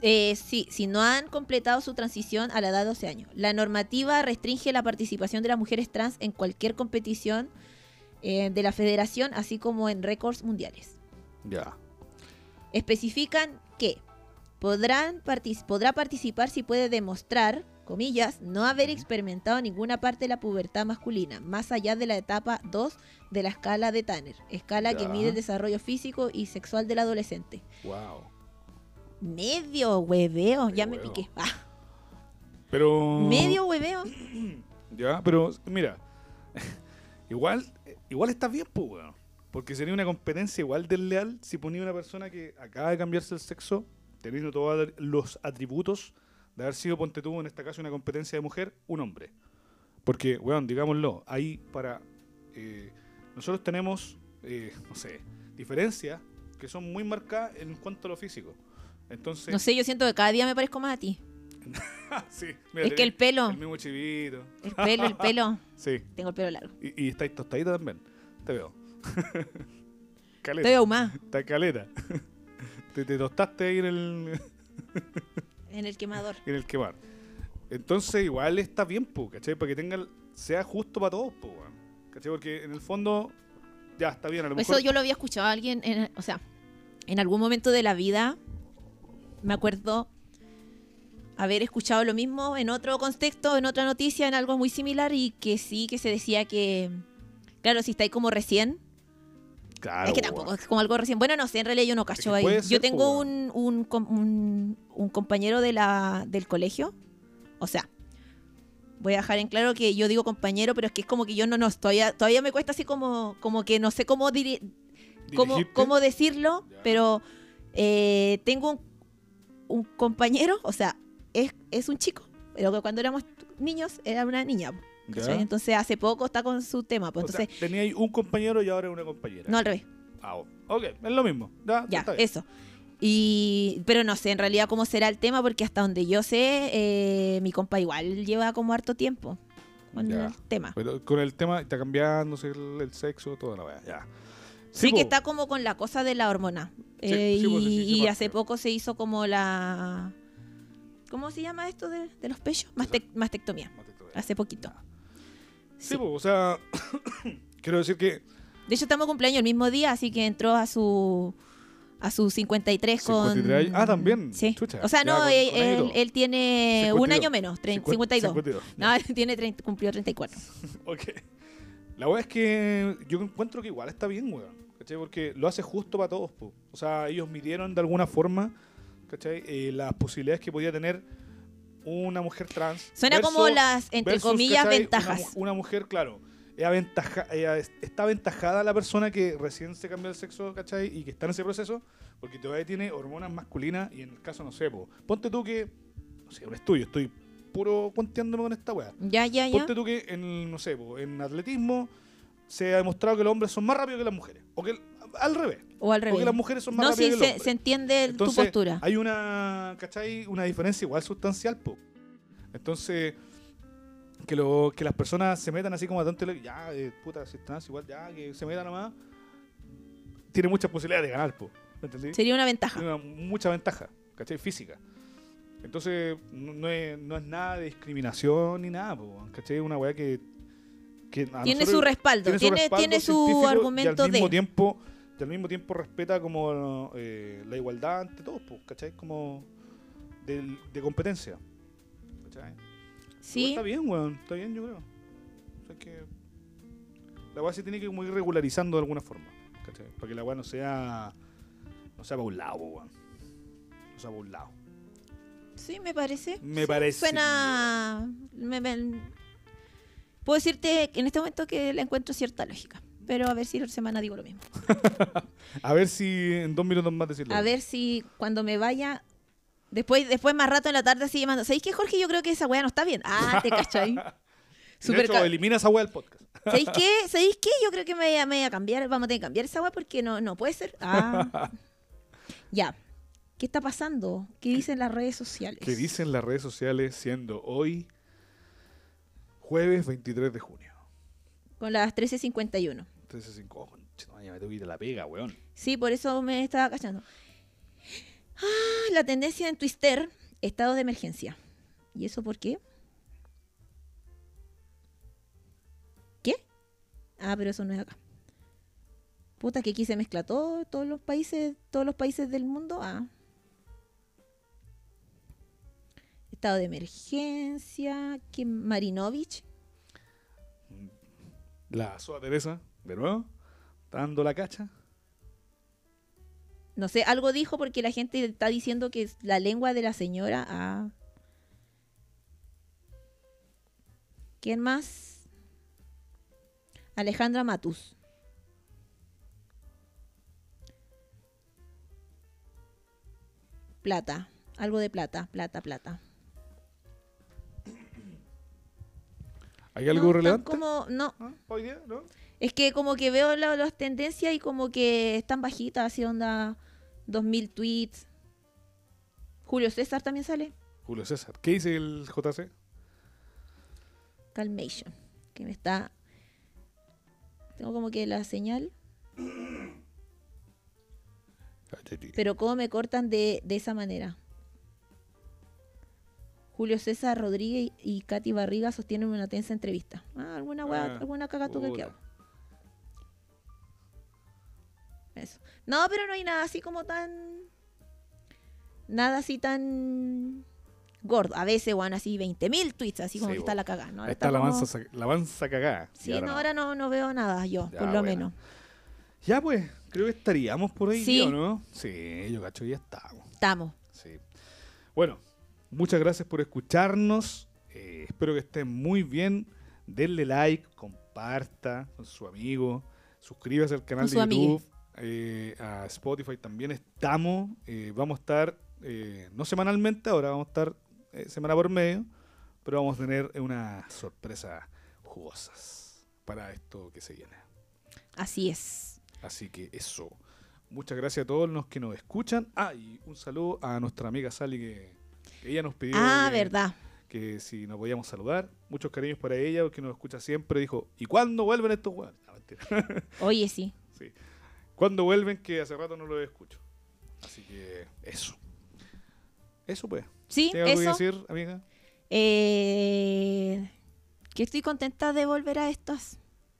A: Eh, sí, si no han completado su transición a la edad de 12 años. La normativa restringe la participación de las mujeres trans en cualquier competición eh, de la federación, así como en récords mundiales.
B: Ya.
A: Especifican que podrán partic- podrá participar si puede demostrar, comillas, no haber experimentado ninguna parte de la pubertad masculina, más allá de la etapa 2 de la escala de Tanner, escala que
B: Ya.
A: mide el desarrollo físico y sexual del adolescente.
B: Wow.
A: Medio hueveo, ya me
B: huevo.
A: piqué. Ah,
B: Pero.
A: medio hueveo.
B: Ya, pero mira, igual, igual está bien, pues, weón. Porque sería una competencia igual desleal si ponía una persona que acaba de cambiarse el sexo, teniendo todos los atributos de haber sido, ponte tú, en esta caso, una competencia de mujer, un hombre. Porque, weón, digámoslo, ahí para... eh, nosotros tenemos, eh, no sé, diferencias que son muy marcadas en cuanto a lo físico. Entonces...
A: No sé, yo siento que cada día me parezco más a ti.
B: sí, mira,
A: es que el
B: tenés
A: pelo,
B: El mismo chivito.
A: el pelo, el pelo.
B: Sí.
A: Tengo el pelo largo.
B: Y, y estáis tostadita también. Te veo.
A: Te
B: caleta.
A: veo más
B: Está caleta. te, te tostaste ahí en el,
A: en el quemador.
B: en el quemar. Entonces, igual está bien, po, ¿cachai? Para que tenga, sea justo para todos, po, weón. ¿cachai? Porque en el fondo, ya está bien. A lo mejor.
A: Eso yo lo había escuchado a alguien, en- o sea, en algún momento de la vida me acuerdo haber escuchado lo mismo en otro contexto, en otra noticia, en algo muy similar y que sí, que se decía que, claro, si estáis como recién,
B: Claro,
A: es que
B: po,
A: tampoco
B: weón.
A: es como algo recién. Bueno, no sé, en realidad yo no
B: que
A: cacho ahí.
B: puede
A: yo
B: ser, pues,
A: tengo
B: po,
A: un, un com- un- un compañero de la, del colegio. O sea, voy a dejar en claro que yo digo compañero, pero es que es como que yo no, no, todavía, todavía me cuesta así como, como que no sé cómo, diri- cómo,
B: Dirigirte.
A: cómo decirlo,
B: Ya.
A: pero eh, tengo un, un compañero, o sea, es, es un chico, pero que cuando éramos niños era una niña.
B: Ya.
A: ¿cachai? Entonces hace poco está con su tema, pues
B: O sea,
A: entonces,
B: tenía ahí un compañero y ahora una compañera.
A: no al revés.
B: Ah, ok, es lo mismo. Ya,
A: Ya,
B: Ah, está bien.
A: eso. Y, pero no sé en realidad cómo será el tema, porque hasta donde yo sé, eh, mi compa igual lleva como harto tiempo con
B: Ya.
A: el tema.
B: Pero con el tema está cambiándose el, el sexo, toda la weá. Ya.
A: Sí,
B: po.
A: que está como con la cosa de la hormona.
B: Sí,
A: Eh,
B: sí, pues,
A: y
B: sí, sí, sí,
A: y
B: parte.
A: hace poco se hizo como la... ¿Cómo se llama esto de, de los pechos? Mastec- mastectomía. Hace poquito.
B: Sí,
A: Sí.
B: po, o sea, quiero decir que
A: De hecho, estamos cumpleaños el mismo día, así que entró a su... A sus 53 con...
B: 53 años. Ah, también.
A: Sí.
B: Chucha.
A: o sea,
B: Ya,
A: no,
B: con- con
A: él,
B: año y todo.
A: él- él tiene un
B: 52.
A: año menos, trein- 52.
B: 52.
A: No, tiene trein- cumplió 34.
B: Ok. La weá es que yo encuentro que igual está bien, weón. ¿Cachai? Porque lo hace justo para todos, po. O sea, ellos midieron de alguna forma, ¿cachai? Eh, las posibilidades que podía tener una mujer trans.
A: Suena
B: versus-
A: como las, entre
B: versus,
A: comillas,
B: ¿cachai? Una,
A: ventajas.
B: mu- una mujer, claro, es aventaja- eh, es- está aventajada la persona que recién se cambió el sexo, ¿cachai? Y que está en ese proceso, porque todavía tiene hormonas masculinas y en el caso, no sé, po, ponte tú que, no sé, un estudio, estoy puro cuenteándome con esta weá.
A: Ya, ya, ya.
B: Ponte tú que en, no sé, po, en atletismo se ha demostrado que los hombres son más rápidos que las mujeres. O que el- al revés.
A: O al
B: O que
A: revés.
B: las mujeres son más
A: No,
B: rápidas
A: sí,
B: que los
A: se,
B: hombres.
A: se entiende el- tu
B: Entonces,
A: postura.
B: Hay una, ¿cachai? Una diferencia igual sustancial, po. Entonces, que, lo, que las personas se metan así como a tanto, ya, eh, puta, si están igual, ya, que se metan nomás, tiene muchas posibilidades de ganar, po. ¿Me entendí?
A: Sería una ventaja.
B: Tiene una- mucha ventaja, ¿cachai? Física. Entonces, no, no es, no es nada de discriminación ni nada, po, weón, ¿cachai? Es una weá que. que a
A: Tiene
B: nosotros-
A: su respaldo, tiene, tiene,
B: respaldo
A: su
B: científico
A: argumento
B: y al mismo
A: de.
B: tiempo y al mismo tiempo respeta como eh, la igualdad ante todos pues, ¿cachai? como del- de, competencia ¿cachai? Igual
A: Sí,
B: está bien weón está bien yo creo o sea, es que la weá se tiene que como ir regularizando de alguna forma ¿cachai? para que la weá no sea no sea para un lado po, weón no sea para un lado
A: sí, me parece.
B: me parece
A: Suena. me- me- Puedo decirte que en este momento que le encuentro cierta lógica. Pero a ver si la semana digo lo mismo.
B: a ver si en dos minutos más decirlo
A: A ver si cuando me vaya. Después, después más rato en la tarde así llamando. ¿Sabéis qué, Jorge? Yo creo que esa weá no está bien. Ah, te cachai.
B: de
A: Super
B: hecho,
A: ca-
B: elimina esa weá del podcast
A: ¿Sabéis qué? ¿Sabéis qué? Yo creo que me voy a, me voy a cambiar. Vamos a tener que cambiar esa weá porque no, no puede ser. Ah. ya. ¿Qué está pasando? ¿Qué dicen las redes sociales?
B: que dicen las redes sociales siendo hoy jueves 23 de junio.
A: Con las 13.51.
B: 13.05. Oh, conchetumare, ya me tengo que ir a la pega, weón.
A: Sí, por eso me estaba cachando. Ah, la tendencia en Twister, estado de emergencia. ¿Y eso por qué? ¿Qué? Ah, pero eso no es acá. Puta, que aquí se mezcla todo, todos los países, todos los países del mundo. Ah. Estado de emergencia, que Marinovich.
B: La soa Teresa, de nuevo, está dando la cacha.
A: No sé, algo dijo porque la gente está diciendo que es la lengua de la señora. Ah. ¿Quién más? Alejandra Matus. Plata. Algo de plata, plata, plata.
B: ¿Hay algo
A: No, están
B: relevante?
A: Como, no,
B: ¿Ah? ¿Hoy día? ¿No?
A: es que como que veo la- las tendencias y como que están bajitas, así onda 2000 tweets. Julio César también sale.
B: Julio César. ¿Qué dice el JC?
A: Calmation, que me está... Tengo como que la señal, pero cómo me cortan de, de esa manera. Julio César Rodríguez y Katy Barriga sostienen una tensa entrevista. Ah, alguna hueá-
B: Ah,
A: alguna cagatuca que
B: puta.
A: hago. Eso. No, pero no hay nada así como tan... Nada así tan... Gordo. A veces, weón, así 20.000 tweets, así como
B: Sí,
A: que
B: bo.
A: está la cagada. ¿no? Ahora
B: Ahí está la
A: como-
B: avanza, sa- la avanza cagada. Y
A: Sí, no, ahora no, no veo nada yo,
B: Ya,
A: por lo
B: bueno.
A: menos.
B: Ya pues, creo que estaríamos por ahí,
A: Sí.
B: ¿o ¿no? Sí, yo cacho, ya estamos.
A: Estamos.
B: Sí. Bueno, muchas gracias por escucharnos. Eh, espero que estén muy bien. Denle like, comparta con su amigo. Suscríbase al canal
A: Con
B: de
A: su amigue.
B: YouTube. eh, a Spotify también estamos. Eh, vamos a estar, eh, no semanalmente ahora, vamos a estar eh, semana por medio. Pero vamos a tener unas sorpresas jugosas para esto que se viene.
A: Así es.
B: Así que eso. Muchas gracias a todos los que nos escuchan. Ah, y un saludo a nuestra amiga Sally que, que ella nos pidió
A: ah,
B: que,
A: verdad.
B: que si nos podíamos saludar. Muchos cariños para ella porque nos escucha siempre. Dijo, ¿y cuándo vuelven estos weones? Ah, mentira.
A: Oye, sí.
B: sí. ¿Cuándo vuelven? Que hace rato no los escucho. Así que eso. Eso pues.
A: Sí,
B: ¿Tienes algo
A: eso.
B: que decir, amiga?
A: Eh, que estoy contenta de volver a estas,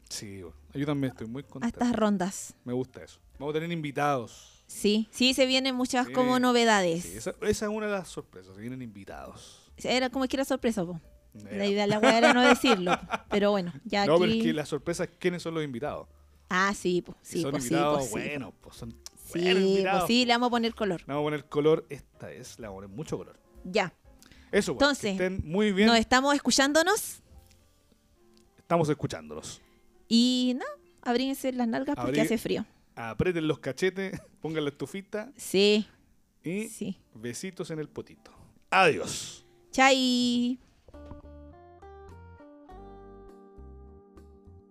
B: Sí, bueno. yo también estoy muy
A: a
B: contento.
A: estas rondas.
B: Me gusta eso. Vamos a tener invitados.
A: Sí, sí, se vienen muchas
B: Sí.
A: como novedades.
B: Sí, esa, esa es una de las sorpresas. Se vienen invitados.
A: Era como que era sorpresa, po. La
B: Ya.
A: idea de la weá era no decirlo. Pero bueno, ya
B: No, pero
A: aquí.
B: es que la sorpresa es quiénes son los invitados.
A: Ah, sí, po.
B: Si
A: Sí,
B: son
A: po, sí, po,
B: invitados
A: sí, po.
B: buenos, pues son
A: Sí,
B: buenos invitados.
A: po, sí, le vamos a poner color.
B: Le Vamos a poner color, esta es, le vamos a poner mucho color.
A: Ya.
B: Eso, pues, que
A: Entonces,
B: estén muy bien,
A: Nos estamos escuchándonos
B: estamos escuchándolos.
A: y no, abríguense las nalgas porque
B: Abrí-
A: hace frío.
B: Apreten los cachetes, pongan la estufita
A: Sí,
B: y
A: sí.
B: besitos en el potito. Adiós.
A: Chai.